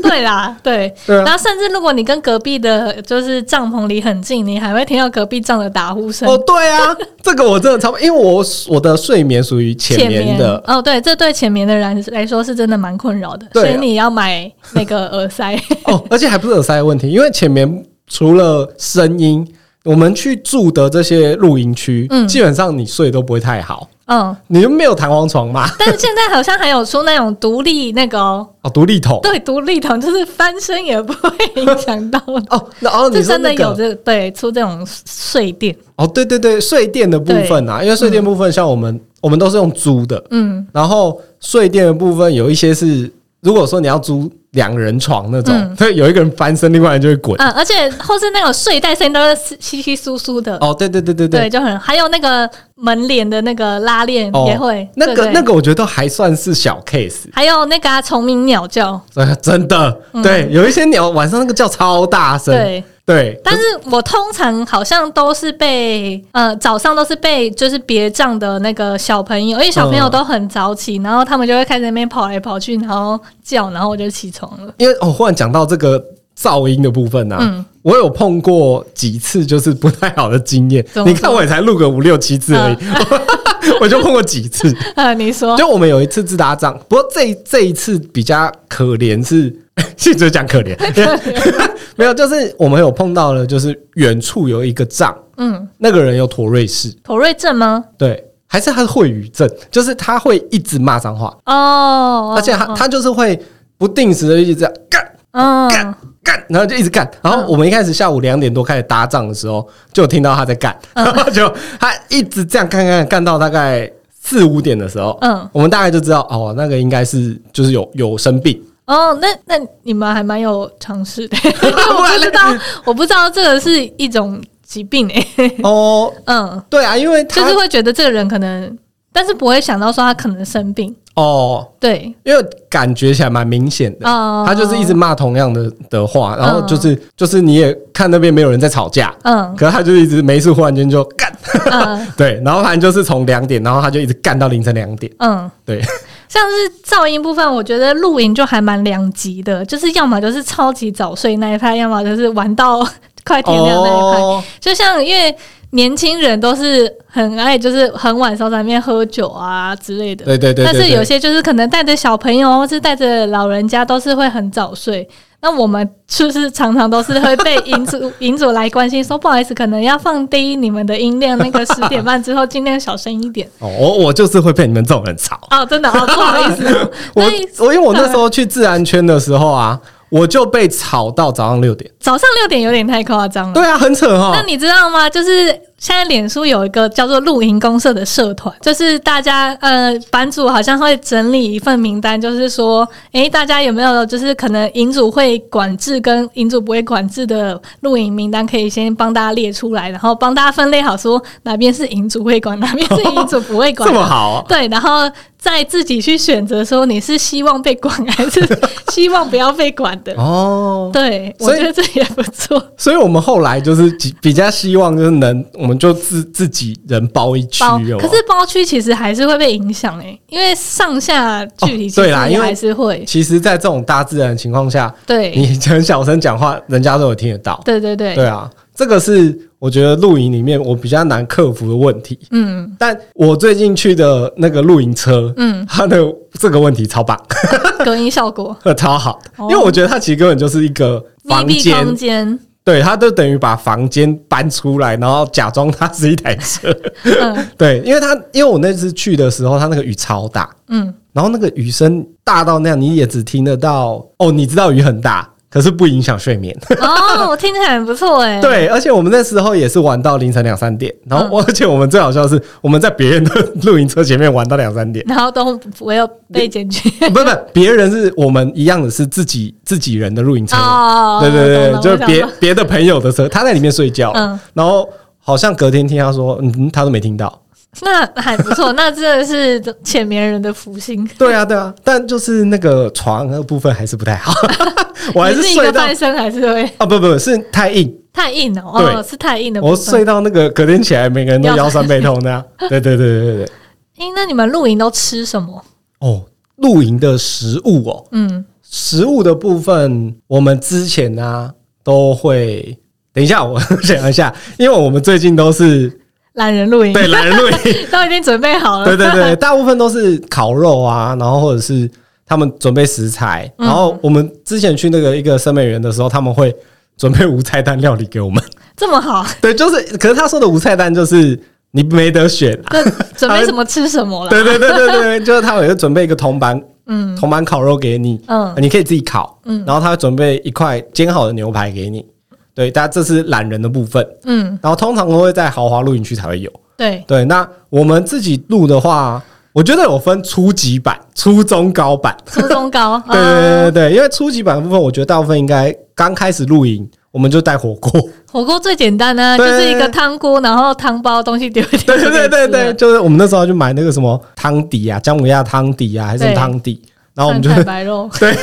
Speaker 2: 对啦，对，
Speaker 1: 对啊
Speaker 2: 然后甚至如果你跟隔壁的就是帐篷离很近，你还会听到隔壁帐的打呼声
Speaker 1: 哦，，对啊，这个我真的超，因为我我的睡眠属于浅眠的，
Speaker 2: 哦，对，这对浅眠的人来说是真的蛮困扰的，
Speaker 1: 对
Speaker 2: 所
Speaker 1: 啊
Speaker 2: 以你要买那个耳塞。
Speaker 1: 哦，而且还不是耳塞的问题，因为前面除了声音，我们去住的这些露营区，
Speaker 2: 嗯
Speaker 1: 基本上你睡都不会太好，
Speaker 2: 嗯，
Speaker 1: 你又没有弹簧床嘛，
Speaker 2: 但是现在好像还有出那种独立那个、哦，
Speaker 1: 哦，独立筒，。
Speaker 2: 对，独立筒就是翻身也不会影响到的
Speaker 1: 哦，那哦，你
Speaker 2: 这
Speaker 1: 说
Speaker 2: 真的
Speaker 1: 那
Speaker 2: 有
Speaker 1: 个，
Speaker 2: 这个对出这种睡垫，
Speaker 1: 哦，对对对，睡垫的部分啊，因为睡垫部分像我们，我们都是用租的，
Speaker 2: 嗯
Speaker 1: 然后睡垫的部分有一些是，如果说你要租两人床那种
Speaker 2: 嗯，
Speaker 1: 对，有一个人翻身，另外一个人就会滚。
Speaker 2: 啊，而且或是那种睡袋声音都是稀稀疏疏的，
Speaker 1: 哦，对对对对
Speaker 2: 对，，就很还有那个门帘的那个拉链
Speaker 1: 哦
Speaker 2: 也会，
Speaker 1: 那
Speaker 2: 对
Speaker 1: 个
Speaker 2: 对
Speaker 1: 那个，我觉得都还算是小 case。
Speaker 2: 还有那个啊虫鸣鸟叫，
Speaker 1: 对， [LAUGHS] 真的，对，有一些鸟晚上那个叫超大声，
Speaker 2: 嗯对，
Speaker 1: 对，
Speaker 2: 但是我通常好像都是被呃早上都是被就是别帐的那个小朋友，因为小朋友都很早起，然后他们就会开始在那边跑来跑去，然后叫，然后我就起床了。
Speaker 1: 因为哦，忽然讲到这个噪音的部分呢、啊，
Speaker 2: 嗯
Speaker 1: 我有碰过几次就是不太好的经验
Speaker 2: 怎，么
Speaker 1: 你看我也才录个五六七次而已， [LAUGHS] 我就碰过几次。
Speaker 2: 啊，你说
Speaker 1: 就我们有一次自搭帐，不过这一这一次比较可怜是， [LAUGHS] 现在讲
Speaker 2: [LAUGHS]
Speaker 1: 可怜，没有，就是我们有碰到了，就是远处有一个帐，
Speaker 2: 嗯，
Speaker 1: 那个人有妥瑞氏，
Speaker 2: 妥瑞症吗？
Speaker 1: 对，还是他是会语症，就是他会一直骂脏话，
Speaker 2: 哦，
Speaker 1: 而且他
Speaker 2: 哦
Speaker 1: 他就是会不定时的一直这样干
Speaker 2: 嗯，
Speaker 1: 干，然后就一直干。然后我们一开始下午两点多开始搭帐的时候，就有听到他在干，
Speaker 2: 嗯
Speaker 1: 然后就他一直这样干干干到大概四五点的时候，
Speaker 2: 嗯
Speaker 1: 我们大概就知道哦，那个应该是就是有有生
Speaker 2: [LAUGHS]
Speaker 1: 病，
Speaker 2: 哦，那那你们还蛮有尝试的，
Speaker 1: 不
Speaker 2: 我不
Speaker 1: 然
Speaker 2: 知
Speaker 1: 嘞
Speaker 2: 道，我不知道这个是一种疾病诶、
Speaker 1: 哦，
Speaker 2: [LAUGHS] 嗯，
Speaker 1: 对啊，因为他、
Speaker 2: 就是会觉得这个人可能，但是不会想到说他可能生病，
Speaker 1: 哦。
Speaker 2: 对，
Speaker 1: 因为感觉起来蛮明显的，
Speaker 2: 哦
Speaker 1: 他就是一直骂同样的的话，然后就是、就是你也看那边没有人在吵架，
Speaker 2: 嗯
Speaker 1: 可是他就一直没事，忽然间就干，
Speaker 2: 嗯
Speaker 1: 对，然后反正就是从两点，然后他就一直干到凌晨两点，
Speaker 2: 嗯，
Speaker 1: 对，
Speaker 2: 像是噪音部分，我觉得露营就还蛮两极的，就是要么就是超级早睡那一派，要么就是玩到快天亮那一派。
Speaker 1: 哦，
Speaker 2: 就像因为年轻人都是很爱，就是很晚时候在那边喝酒啊之类的。
Speaker 1: 对对对对
Speaker 2: 但是有
Speaker 1: 对
Speaker 2: 些就是可能带着小朋友或是带着老人家，都是会很早睡。那我们就是常常都是会被银 [LAUGHS] 主银主来关心说，不好意思，可能要放低你们的音量，那个十点半之后尽量小声一点。
Speaker 1: 哦，我我就是会被你们这种人吵，
Speaker 2: 哦，真的哦，不好意思，
Speaker 1: 我
Speaker 2: 所以
Speaker 1: 我因为我
Speaker 2: 嗯
Speaker 1: 那时候去自然圈的时候啊，我就被吵到早上六点，
Speaker 2: 早上六点有点太夸张了。
Speaker 1: 对啊，很扯哈
Speaker 2: 那，你知道吗？就是现在脸书有一个叫做“露营公社”的社团，就是大家呃，版主好像会整理一份名单，就是说，诶，大家有没有就是可能营主会管制跟营主不会管制的露营名单，可以先帮大家列出来，然后帮大家分类好，说哪边是营主会管，哪边是营主不会
Speaker 1: [LAUGHS]
Speaker 2: 管
Speaker 1: 这。么好啊、
Speaker 2: 对，然后再自己去选择说你是希望被管还是希望不要被管啊
Speaker 1: [LAUGHS]
Speaker 2: 的。
Speaker 1: 哦，
Speaker 2: [LAUGHS] 对，我
Speaker 1: 所以
Speaker 2: 觉得这也不错。
Speaker 1: 所以我们后来就是比比较希望就是能，我们就自自己人包一区
Speaker 2: 包，
Speaker 1: 哦。
Speaker 2: 可是包区其实还是会被影响诶、因为上下距离
Speaker 1: 哦
Speaker 2: 其实
Speaker 1: 对啦因为
Speaker 2: 还是会，
Speaker 1: 其实，在这种大自然的情况下，
Speaker 2: 对
Speaker 1: 你很小声讲话，人家都有听得到。
Speaker 2: 对对对
Speaker 1: 对啊，这个是我觉得露营里面我比较难克服的问题。
Speaker 2: 嗯，
Speaker 1: 但我最近去的那个露营车，
Speaker 2: 嗯，
Speaker 1: 它的这个问题超棒， [LAUGHS]
Speaker 2: 隔音效果，
Speaker 1: 超好的，
Speaker 2: 哦
Speaker 1: 因为我觉得它其实根本就是一个
Speaker 2: 密
Speaker 1: [LAUGHS] 房
Speaker 2: 闭
Speaker 1: 间
Speaker 2: 空，间，
Speaker 1: 对，它就等于把房间搬出来，然后假装它是一台
Speaker 2: [LAUGHS]
Speaker 1: 车。
Speaker 2: 嗯
Speaker 1: 对，因为它因为我那次去的时候，它那个雨超大， [LAUGHS]
Speaker 2: 嗯，
Speaker 1: 然后那个雨声大到那样，你也只听得到哦，你知道雨很大，可是不影响睡眠。
Speaker 2: 哦，我听起来很不错欸诶、
Speaker 1: 对，而且我们那时候也是玩到凌晨两三点，然后、
Speaker 2: 嗯
Speaker 1: 我而且我们最好笑的是我们在别人的露营车前面玩到两三
Speaker 2: [LAUGHS]，
Speaker 1: 点
Speaker 2: 然后都没有被检
Speaker 1: [LAUGHS]
Speaker 2: 举
Speaker 1: 不是不是，别人是我们一样的是自己自己人的露营车，
Speaker 2: 哦，
Speaker 1: 对对
Speaker 2: 懂
Speaker 1: 对，
Speaker 2: 了
Speaker 1: 就
Speaker 2: 我
Speaker 1: 是
Speaker 2: 懂
Speaker 1: 别
Speaker 2: 了
Speaker 1: 别的朋友的车，他在里面睡觉，
Speaker 2: 嗯
Speaker 1: 然后好像隔天听他说，嗯，嗯他都没听到。
Speaker 2: 那还不
Speaker 1: [LAUGHS]
Speaker 2: 错，那真的是浅眠人的福星，
Speaker 1: 对啊，对啊，但就是那个床那个部分还是不太
Speaker 2: [LAUGHS]
Speaker 1: 好，我还
Speaker 2: 你
Speaker 1: 是
Speaker 2: 是一
Speaker 1: 睡
Speaker 2: 个
Speaker 1: 到
Speaker 2: 翻身还是会
Speaker 1: 啊，不不不是太硬，
Speaker 2: 太硬哦，
Speaker 1: 对
Speaker 2: 哦是太硬的部分，
Speaker 1: 我睡到那个隔天起来，每个人都腰酸背痛的、啊。对对对对对对。
Speaker 2: 诶、那你们露营都吃什么？
Speaker 1: 哦，露营的食物哦，
Speaker 2: 嗯，
Speaker 1: 食物的部分，我们之前呢、啊、都会。等一下，我 [LAUGHS] 想一下，因为我们最近都是
Speaker 2: 懒人露营，
Speaker 1: 对懒人露营，
Speaker 2: [LAUGHS] 都已经准备好了，
Speaker 1: [LAUGHS] 对对对，大部分都是烤肉啊，然后或者是他们准备食材，然后我们之前去那个一个森美园的时候，他们会准备无菜单料理给我们。 [LAUGHS]
Speaker 2: 这么好，
Speaker 1: 对，就是，可是他说的无菜单就是你没得选啊，
Speaker 2: 那准备什么吃什么了。
Speaker 1: 对对对对对，就是他们会准备一个铜板，
Speaker 2: 嗯
Speaker 1: 铜板烤肉给你，
Speaker 2: 嗯
Speaker 1: 你可以自己烤，然后他会准备一块煎好的牛排给你，对，但这是懒人的部分，
Speaker 2: 嗯，
Speaker 1: 然后通常都会在豪华露营区才会有，
Speaker 2: 对，
Speaker 1: 对，那我们自己录的话，我觉得有分初级版、初中高版，
Speaker 2: 初中高，
Speaker 1: [LAUGHS] 对
Speaker 2: 嗯
Speaker 1: 对对对对，因为初级版的部分，我觉得大部分应该刚开始露营，我们就带火
Speaker 2: [LAUGHS]
Speaker 1: 锅。
Speaker 2: 嗯火锅最简单啊呢，就
Speaker 1: 对
Speaker 2: 是一个汤锅，然后汤包东西丢一丢。
Speaker 1: 对对对对
Speaker 2: 就可以吃
Speaker 1: 对，
Speaker 2: 了，
Speaker 1: 就是我们那时候就买那个什么汤底啊，姜母鸭汤底啊，还是什么
Speaker 2: 对
Speaker 1: 汤底，然后我们就
Speaker 2: 酸菜白肉，
Speaker 1: 对，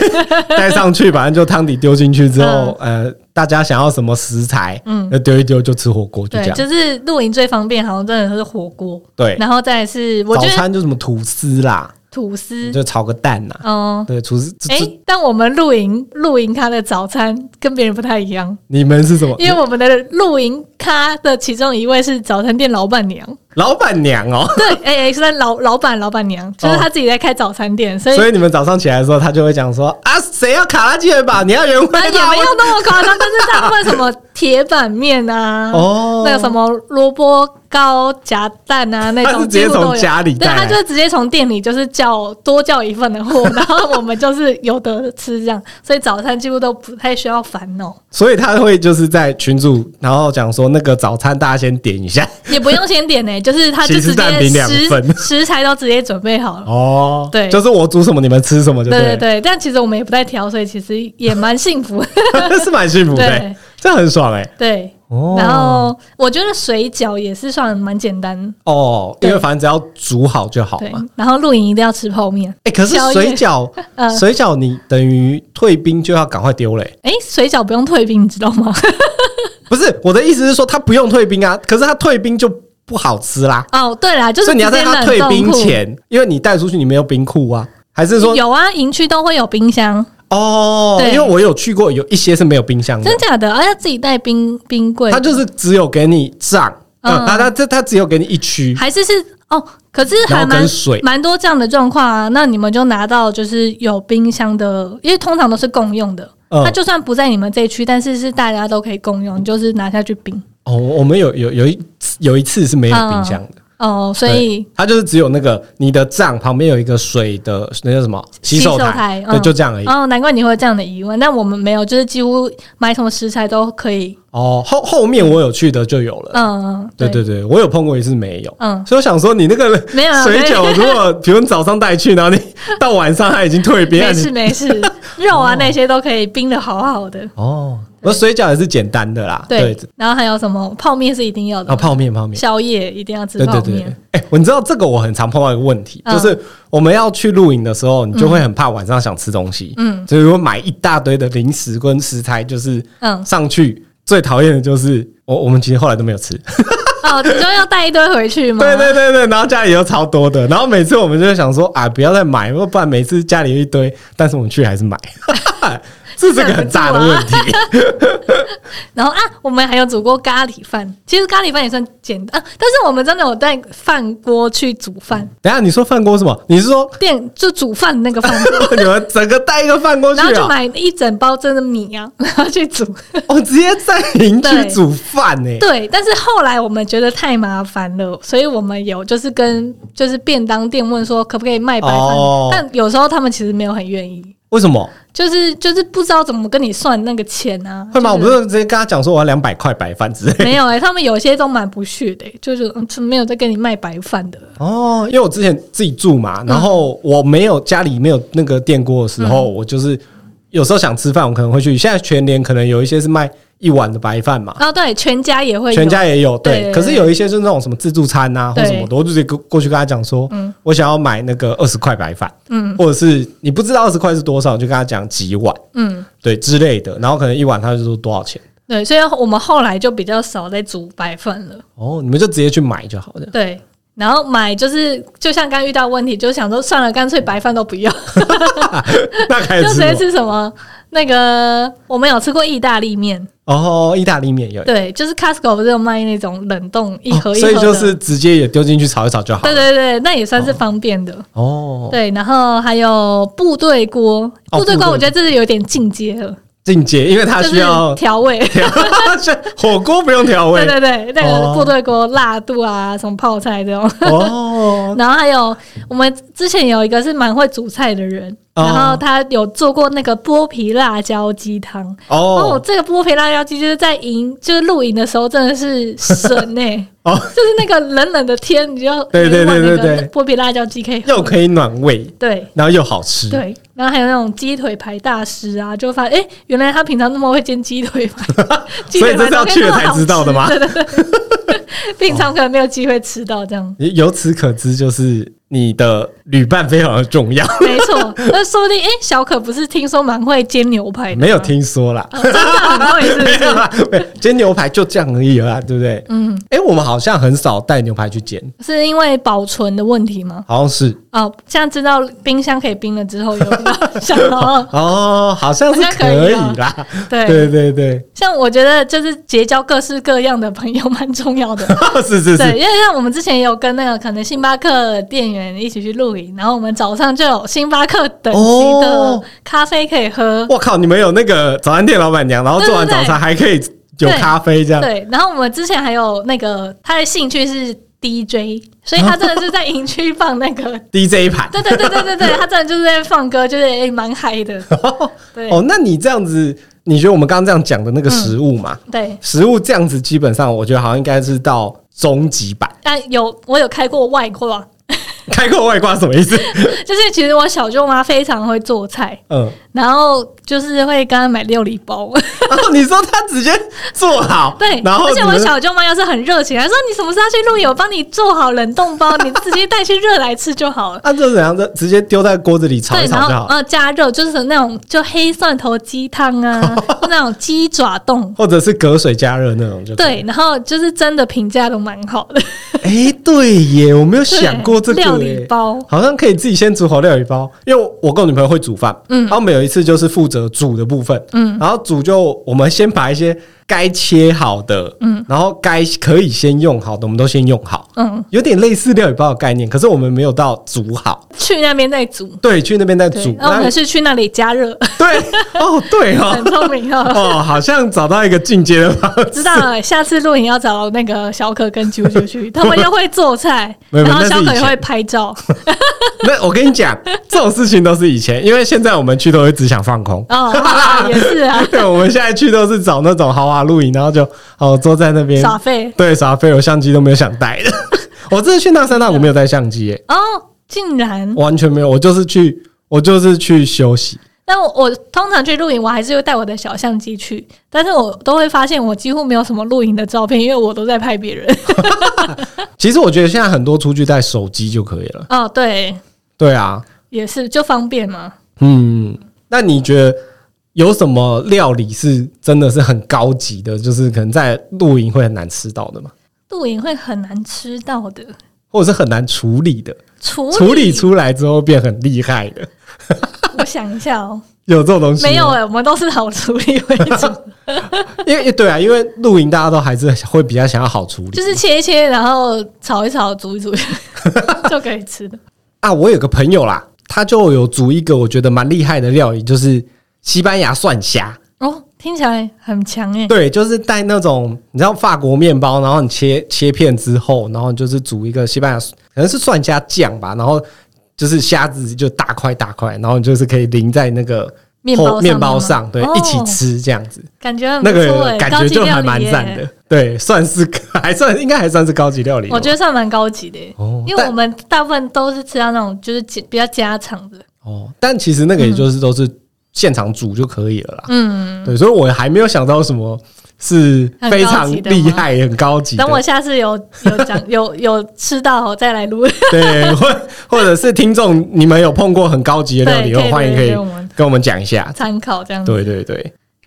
Speaker 1: 带上去，反正就汤底丢进去之后，呃，大家想要什么食材，
Speaker 2: 嗯
Speaker 1: 嗯，丢一丢就吃火 [LAUGHS] 锅，就这
Speaker 2: 对，
Speaker 1: 样。
Speaker 2: 就是露营最方便，好像真的是火锅。
Speaker 1: 对，
Speaker 2: 然后再来是我
Speaker 1: 早
Speaker 2: 觉得
Speaker 1: 餐就什么吐司啦，
Speaker 2: 吐司，
Speaker 1: 就炒个蛋呐、
Speaker 2: 嗯，
Speaker 1: 对，厨师，这
Speaker 2: 哎
Speaker 1: 这，
Speaker 2: 但我们露营露营咖的早餐跟别人不太一样，
Speaker 1: 你们是什么？
Speaker 2: 因为我们的露营咖的其中一位是早餐店老板娘，
Speaker 1: 老板娘
Speaker 2: [LAUGHS]
Speaker 1: 哦， [LAUGHS]
Speaker 2: 对，哎、是在老老板老板娘，就是他自己在开早餐店，所以
Speaker 1: 所以你们早上起来的时候，他就会讲说啊，谁要卡拉鸡腿堡？你要原味
Speaker 2: 啊，也
Speaker 1: 的。
Speaker 2: 没有那么夸张，但是大部分什么铁板面啊，
Speaker 1: 哦
Speaker 2: 那个什么萝卜糕夹蛋啊，那
Speaker 1: 他
Speaker 2: 种
Speaker 1: 是直接
Speaker 2: 几乎都有
Speaker 1: 从家里
Speaker 2: 对，
Speaker 1: 带来
Speaker 2: 他就是直接从店里就是叫多叫一份的货，然后我们就是有得吃这样，所以早餐几乎都不太需要烦
Speaker 1: [LAUGHS]
Speaker 2: 恼，
Speaker 1: 所以他会就是在群组，然后讲说那个早餐大家先点一下
Speaker 2: [LAUGHS] 也不用先点呢、就是他就
Speaker 1: 起司
Speaker 2: 直
Speaker 1: 蛋饼
Speaker 2: 接
Speaker 1: 两份
Speaker 2: 食 [LAUGHS] 食材都直接准备好了。
Speaker 1: 哦
Speaker 2: 对
Speaker 1: 就是我煮什么你们吃什么就
Speaker 2: 对
Speaker 1: 对
Speaker 2: 对对，但其实我们也不太挑，所以其实也蛮幸福的。
Speaker 1: 对， [LAUGHS] 是蛮幸福的、
Speaker 2: 对
Speaker 1: 这样很爽哎、
Speaker 2: 对，
Speaker 1: 哦
Speaker 2: 然后我觉得水饺也是算蛮简单
Speaker 1: 哦，因为反正只要煮好就好
Speaker 2: 对
Speaker 1: 嘛。，
Speaker 2: 然后露营一定要吃泡面。
Speaker 1: 哎、可是
Speaker 2: 宵夜
Speaker 1: 水饺，
Speaker 2: [LAUGHS] 嗯
Speaker 1: 水饺你等于退冰就要赶快丢嘞、
Speaker 2: 哎、水饺不用退冰，你知道吗？ [LAUGHS]
Speaker 1: 不是我的意思是说，它不用退冰啊，可是它退冰就不好吃啦。
Speaker 2: 哦，对啦，就是
Speaker 1: 所以你要在它
Speaker 2: 直
Speaker 1: 退
Speaker 2: 接冷冻
Speaker 1: 冰
Speaker 2: 库，
Speaker 1: 前，因为你带出去你没有冰库啊，还是说
Speaker 2: 有啊，营区都会有冰箱，
Speaker 1: 哦？
Speaker 2: 对
Speaker 1: 因为我有去过，有一些是没有冰箱的
Speaker 2: 真，假的？啊，要自己带冰冰柜，
Speaker 1: 嗯它就是只有给你胀，
Speaker 2: 嗯
Speaker 1: 嗯，它它这它只有给你一区，
Speaker 2: 还是是哦。可是
Speaker 1: 然
Speaker 2: 还
Speaker 1: 后
Speaker 2: 蛮
Speaker 1: 跟水
Speaker 2: 蛮多这样的状况啊，那你们就拿到就是有冰箱的，因为通常都是共用的。
Speaker 1: 嗯
Speaker 2: 那就算不在你们这一区，但是是大家都可以共用，就是拿下去冰
Speaker 1: 哦，我们有有有一有一次是没有冰箱的，
Speaker 2: 哦。所以
Speaker 1: 对它就是只有那个你的帐旁边有一个水的那叫什么洗手
Speaker 2: 台
Speaker 1: 对，
Speaker 2: 嗯
Speaker 1: 就这样而已。
Speaker 2: 哦，难怪你会有这样的疑问。但我们没有，就是几乎买什么食材都可以。
Speaker 1: 哦，后后面我有去的就有了。
Speaker 2: 嗯，
Speaker 1: 对对对，我有碰过一次没有，
Speaker 2: 嗯
Speaker 1: 所以我想说你那个
Speaker 2: 没有啊
Speaker 1: 水
Speaker 2: 没有
Speaker 1: 饺，如果比如你早上带去，然后你到晚上它已经退冰，
Speaker 2: [LAUGHS] 没事
Speaker 1: 你
Speaker 2: 没
Speaker 1: [LAUGHS]
Speaker 2: 事，肉啊那些都可以冰的好好的。
Speaker 1: 哦，我水饺也是简单的啦，
Speaker 2: 对，然后还有什么泡面是一定要的，
Speaker 1: 啊，泡面泡面，
Speaker 2: 宵夜一定要吃
Speaker 1: 对
Speaker 2: 泡
Speaker 1: 对对
Speaker 2: 面。，
Speaker 1: 哎、我你知道这个我很常碰到一个问题，
Speaker 2: 嗯
Speaker 1: 就是我们要去露营的时候，你就会很怕晚上想吃东西，
Speaker 2: 嗯
Speaker 1: 所以我买一大堆的零食跟食材，就是
Speaker 2: 嗯，
Speaker 1: 上去最讨厌的就是我我们其实后来都没有吃，
Speaker 2: [LAUGHS] 哦，你就要带一堆回去吗？
Speaker 1: [LAUGHS] 对对对对，然后家里又超多的，然后每次我们就会想说啊，不要再买，要不然每次家里有一堆，但是我们去还是买， [LAUGHS] 这是个很大的问题。
Speaker 2: 啊然后啊，我们还有煮过咖喱饭，其实咖喱饭也算简单，啊但是我们真的有带饭锅去煮饭，
Speaker 1: [LAUGHS] 等一下你说饭锅什么？你是说 [LAUGHS]
Speaker 2: 店就煮饭那个饭锅，
Speaker 1: 你们整个带一个饭锅去
Speaker 2: 然后就
Speaker 1: 啊？
Speaker 2: 买一整包真的米啊， [LAUGHS] 然后去煮。
Speaker 1: 哦，直接在邻居
Speaker 2: 对
Speaker 1: 煮饭欸呢、
Speaker 2: 对，但是后来我们觉得太麻烦了，所以我们有就是跟就是便当店问说可不可以卖白饭，
Speaker 1: 哦
Speaker 2: 但有时候他们其实没有很愿意，
Speaker 1: 为什么？
Speaker 2: 就是就是不知道怎么跟你算那个钱啊。
Speaker 1: 会吗？我
Speaker 2: 就
Speaker 1: 不
Speaker 2: 是
Speaker 1: 是直接跟他讲说我要两百块白饭之类的。
Speaker 2: 没有哎、他们有些都蛮不屑的、就是嗯就没有在跟你卖白饭的。
Speaker 1: 哦，因为我之前自己住
Speaker 2: 嗯
Speaker 1: 嘛，然后我没有家里没有那个电锅的时候，
Speaker 2: 嗯
Speaker 1: 我就是有时候想吃饭，我可能会去。现在全年可能有一些是卖一碗的白饭嘛，
Speaker 2: 哦，对，全家也会有，
Speaker 1: 全家也有
Speaker 2: 对
Speaker 1: 对。
Speaker 2: 对
Speaker 1: 可是有一些就是那种什么自助餐啊或
Speaker 2: 对
Speaker 1: 什么的，我就直接过过去跟他讲说，我想要买那个二十块白饭，
Speaker 2: 嗯
Speaker 1: 或者是你不知道二十块是多少，你就跟他讲几碗，
Speaker 2: 嗯，
Speaker 1: 对之类的。然后可能一碗他就说多少钱。
Speaker 2: 对，所以我们后来就比较少在煮白饭了。
Speaker 1: 哦，你们就直接去买就
Speaker 2: [LAUGHS]
Speaker 1: 好了。
Speaker 2: 对，然后买就是就像刚遇到问题，就想说算了，干脆白饭都不要。
Speaker 1: 那开
Speaker 2: 就
Speaker 1: 始
Speaker 2: 直
Speaker 1: 哎吃什
Speaker 2: 接
Speaker 1: 么
Speaker 2: 吃什么？那个我们有吃过意大利面，
Speaker 1: 哦，意大利面有
Speaker 2: 对，就是 Costco 不是有卖那种冷冻一盒一盒
Speaker 1: 哦所
Speaker 2: 的，
Speaker 1: 以就是直接也丢进去炒一炒就好
Speaker 2: 对
Speaker 1: 了。
Speaker 2: 对对，那也算是方便的。
Speaker 1: 哦，
Speaker 2: 对，然后还有部队锅，
Speaker 1: 哦部
Speaker 2: 部队
Speaker 1: 队
Speaker 2: 锅
Speaker 1: 锅
Speaker 2: 我觉得这是有点进阶了，
Speaker 1: 进阶，因为它
Speaker 2: 就
Speaker 1: 需
Speaker 2: 是
Speaker 1: 要
Speaker 2: 调味。
Speaker 1: [LAUGHS] 火锅不用调
Speaker 2: [LAUGHS] 对
Speaker 1: 味
Speaker 2: 对对，那
Speaker 1: 哦
Speaker 2: 个部队锅辣度啊，什么泡菜这种。
Speaker 1: 哦。
Speaker 2: 然后还有我们之前有一个是蛮会煮菜的人，
Speaker 1: 哦
Speaker 2: 然后他有做过那个剥皮辣椒鸡汤。哦
Speaker 1: 哦，
Speaker 2: 这个剥皮辣椒鸡就是在营，就是露营的时候真的是神呢、
Speaker 1: [LAUGHS] 哦
Speaker 2: 就是那个冷冷的天，你就
Speaker 1: 对对对对对
Speaker 2: 那个剥皮辣椒鸡可以喝
Speaker 1: 又可以暖胃，
Speaker 2: 对
Speaker 1: 然后又好吃。
Speaker 2: 对，然后还有那种鸡腿排大师啊，就发现哎、诶原来他平常那么会煎鸡腿
Speaker 1: [LAUGHS]
Speaker 2: 排，鸡
Speaker 1: 所以
Speaker 2: 腿
Speaker 1: 这
Speaker 2: 排
Speaker 1: 是要
Speaker 2: 都可
Speaker 1: 去
Speaker 2: 以
Speaker 1: 了
Speaker 2: 那么
Speaker 1: 才
Speaker 2: 好
Speaker 1: 知道的吗？ [LAUGHS]
Speaker 2: 平常可能没有机会吃到这样。
Speaker 1: 由此可知，就是你的旅伴非常的重要。
Speaker 2: 没错，那说不定哎、诶小可不是听说蛮会煎牛排的吗？
Speaker 1: 没有听说啦，
Speaker 2: 哦，真的很会是
Speaker 1: [LAUGHS]
Speaker 2: 不
Speaker 1: 没有
Speaker 2: 是？
Speaker 1: 啦，没有煎牛排就这样而已啦，对不对？嗯，哎、我们好像很少带牛排去煎，
Speaker 2: 是因为保存的问题吗？
Speaker 1: 好像是
Speaker 2: 哦，现在知道冰箱可以冰了之
Speaker 1: [LAUGHS]
Speaker 2: 后，有想到
Speaker 1: 哦，好像是
Speaker 2: 好像可
Speaker 1: 可以
Speaker 2: 以哦
Speaker 1: 啦。
Speaker 2: 对，
Speaker 1: 对对对， [LAUGHS]
Speaker 2: 像我觉得就是结交各式各样的朋友蛮重要的。
Speaker 1: [LAUGHS] 是是
Speaker 2: 对，
Speaker 1: 是，
Speaker 2: 因为像我们之前也有跟那个可能星巴克店员一起去露营，然后我们早上就有星巴克等级的
Speaker 1: 哦
Speaker 2: 咖啡可以喝，
Speaker 1: 我靠，你们有那个早餐店老板娘，然后做完
Speaker 2: 对对
Speaker 1: 早
Speaker 2: 对
Speaker 1: 餐还可以有咖啡这样，
Speaker 2: 对，然后我们之前还有那个他的兴趣是 DJ，所以他真的是在营区放那
Speaker 1: [LAUGHS]
Speaker 2: 个，
Speaker 1: DJ 盘。
Speaker 2: 对对对对对对，他真的就是在放歌，就是诶蛮嗨的，对、
Speaker 1: [LAUGHS]
Speaker 2: 嗯
Speaker 1: 哦，那你这样子，你觉得我们刚刚这样讲的那个食物嘛，
Speaker 2: 对。
Speaker 1: 食物这样子，基本上我觉得好像应该是到中级版。 [LAUGHS]
Speaker 2: 但有我有开过外挂，
Speaker 1: 开口外挂什么意思？
Speaker 2: 就是其实我小舅妈非常会做菜，
Speaker 1: 嗯，
Speaker 2: 然后就是会跟她买料理包， [LAUGHS]
Speaker 1: 然后你说他直接做好，
Speaker 2: 对，
Speaker 1: 然后
Speaker 2: 而且我
Speaker 1: 你们
Speaker 2: 小舅妈要是很热情，她说你什么时候要去露营，我帮你做好冷冻包，你直接带去热来吃就好了。
Speaker 1: 啊，这怎样的直接丢在锅子里炒
Speaker 2: 对，
Speaker 1: 一
Speaker 2: 然
Speaker 1: 炒就好
Speaker 2: 后，呃加热就是那种就黑蒜头鸡汤啊，或那种鸡爪冻，
Speaker 1: 或者是隔水加热那种就可以。
Speaker 2: 对，然后就是真的评价都蛮好的。
Speaker 1: 哎、对耶，我没有想过这个欸
Speaker 2: 对料
Speaker 1: 耶
Speaker 2: 理包，
Speaker 1: 好像可以自己先煮好料理包，因为我跟我女朋友会煮饭，嗯，然后我们有一次就是负责煮的部分，嗯，然后煮就我们先把一些该切好的，嗯，然后该可以先用好的，我们都先用好，
Speaker 2: 嗯，
Speaker 1: 有点类似料理包的概念，可是我们没有到煮好，
Speaker 2: 去那边再煮，
Speaker 1: 对，去那边再
Speaker 2: 对
Speaker 1: 煮，，
Speaker 2: 那我们是去那里加
Speaker 1: [LAUGHS]
Speaker 2: 热，
Speaker 1: 对，哦，对
Speaker 2: 很 [LAUGHS]
Speaker 1: 哦，
Speaker 2: 聪明哦。
Speaker 1: 哦，好像找到一个进阶的方式，
Speaker 2: 知道了，下次露营要找那个小可跟啾
Speaker 1: [LAUGHS]
Speaker 2: 啾去，他们又会做菜，
Speaker 1: 没有
Speaker 2: 然后
Speaker 1: 那是
Speaker 2: 小可
Speaker 1: 以
Speaker 2: 也
Speaker 1: 前
Speaker 2: 会拍照。
Speaker 1: [LAUGHS] 那我跟你讲，这种事情都是以前，因为现在我们去都会只想放
Speaker 2: [LAUGHS]
Speaker 1: 空。
Speaker 2: 哦，啊也是
Speaker 1: [LAUGHS]
Speaker 2: 啊，
Speaker 1: 对，我们现在去都是找那种豪华露营，然后就哦坐在那边
Speaker 2: 耍废
Speaker 1: 对，耍废，我相机都没有想带的。 [LAUGHS] 我真的去那三大谷没有带相机、耶，
Speaker 2: 哦，竟然。
Speaker 1: 完全没有，我就是去，我就是去休息。
Speaker 2: 但我我通常去露营，我还是会带我的小相机去，但是我都会发现我几乎没有什么露营的照片，因为我都在拍
Speaker 1: [LAUGHS]
Speaker 2: 别人。
Speaker 1: 其实我觉得现在很多出去带手机就可以了。
Speaker 2: 哦，对，
Speaker 1: 对啊，
Speaker 2: 也是就方便嘛。
Speaker 1: 嗯，那你觉得有什么料理是真的是很高级的，就是可能在露营会很难吃到的吗？
Speaker 2: 露营会很难吃到的，
Speaker 1: 或者是很难处理的，
Speaker 2: 处理
Speaker 1: 处理出来之后变很厉害的，
Speaker 2: 我想一下哦，
Speaker 1: 有这种东西吗
Speaker 2: 没有哎、我们都是好处理为主，
Speaker 1: 因为对啊，因为露营大家都还是会比较想要好处理。
Speaker 2: 就是切一切，然后炒一炒，煮一
Speaker 1: [LAUGHS]
Speaker 2: 煮就可以吃的。
Speaker 1: 啊，我有个朋友啦，他就有煮一个我觉得蛮厉害的料理，就是西班牙蒜虾。
Speaker 2: 哦，听起来很强哎、
Speaker 1: 对，就是带那种你知道法国面包，然后你切切片之后，然后就是煮一个西班牙，可能是蒜虾酱吧，然后就是虾子就大块大块，然后你就是可以淋在那个
Speaker 2: 面包上
Speaker 1: 后面包
Speaker 2: 的吗
Speaker 1: 上，对，
Speaker 2: 哦
Speaker 1: 一起吃这样子。
Speaker 2: 感觉很不
Speaker 1: 那
Speaker 2: 错
Speaker 1: 个
Speaker 2: 哎、
Speaker 1: 感
Speaker 2: 高
Speaker 1: 觉
Speaker 2: 级
Speaker 1: 就
Speaker 2: 料
Speaker 1: 还
Speaker 2: 理
Speaker 1: 蛮
Speaker 2: 耶
Speaker 1: 赞的，对，算是 [LAUGHS] 还算应该还算是高级料理了吧。
Speaker 2: 我觉得算蛮高级的耶、
Speaker 1: 哦
Speaker 2: 因为
Speaker 1: 但
Speaker 2: 我们大部分都是吃到那种就是家比较家常的，
Speaker 1: 哦，但其实那个也就是都是现场煮就可以了啦。
Speaker 2: 嗯。
Speaker 1: 对，所以我还没有想到什么是非常厉害、很高级的。
Speaker 2: 等我下次有有讲
Speaker 1: [LAUGHS]
Speaker 2: 有有吃到我再来录， [LAUGHS]
Speaker 1: 对，或或者是听众，你们有碰过很高级的料理，
Speaker 2: 对可以
Speaker 1: 欢迎可以
Speaker 2: 留言给我们嗯
Speaker 1: 跟我们讲一下。
Speaker 2: 参考这样子。
Speaker 1: 对对对，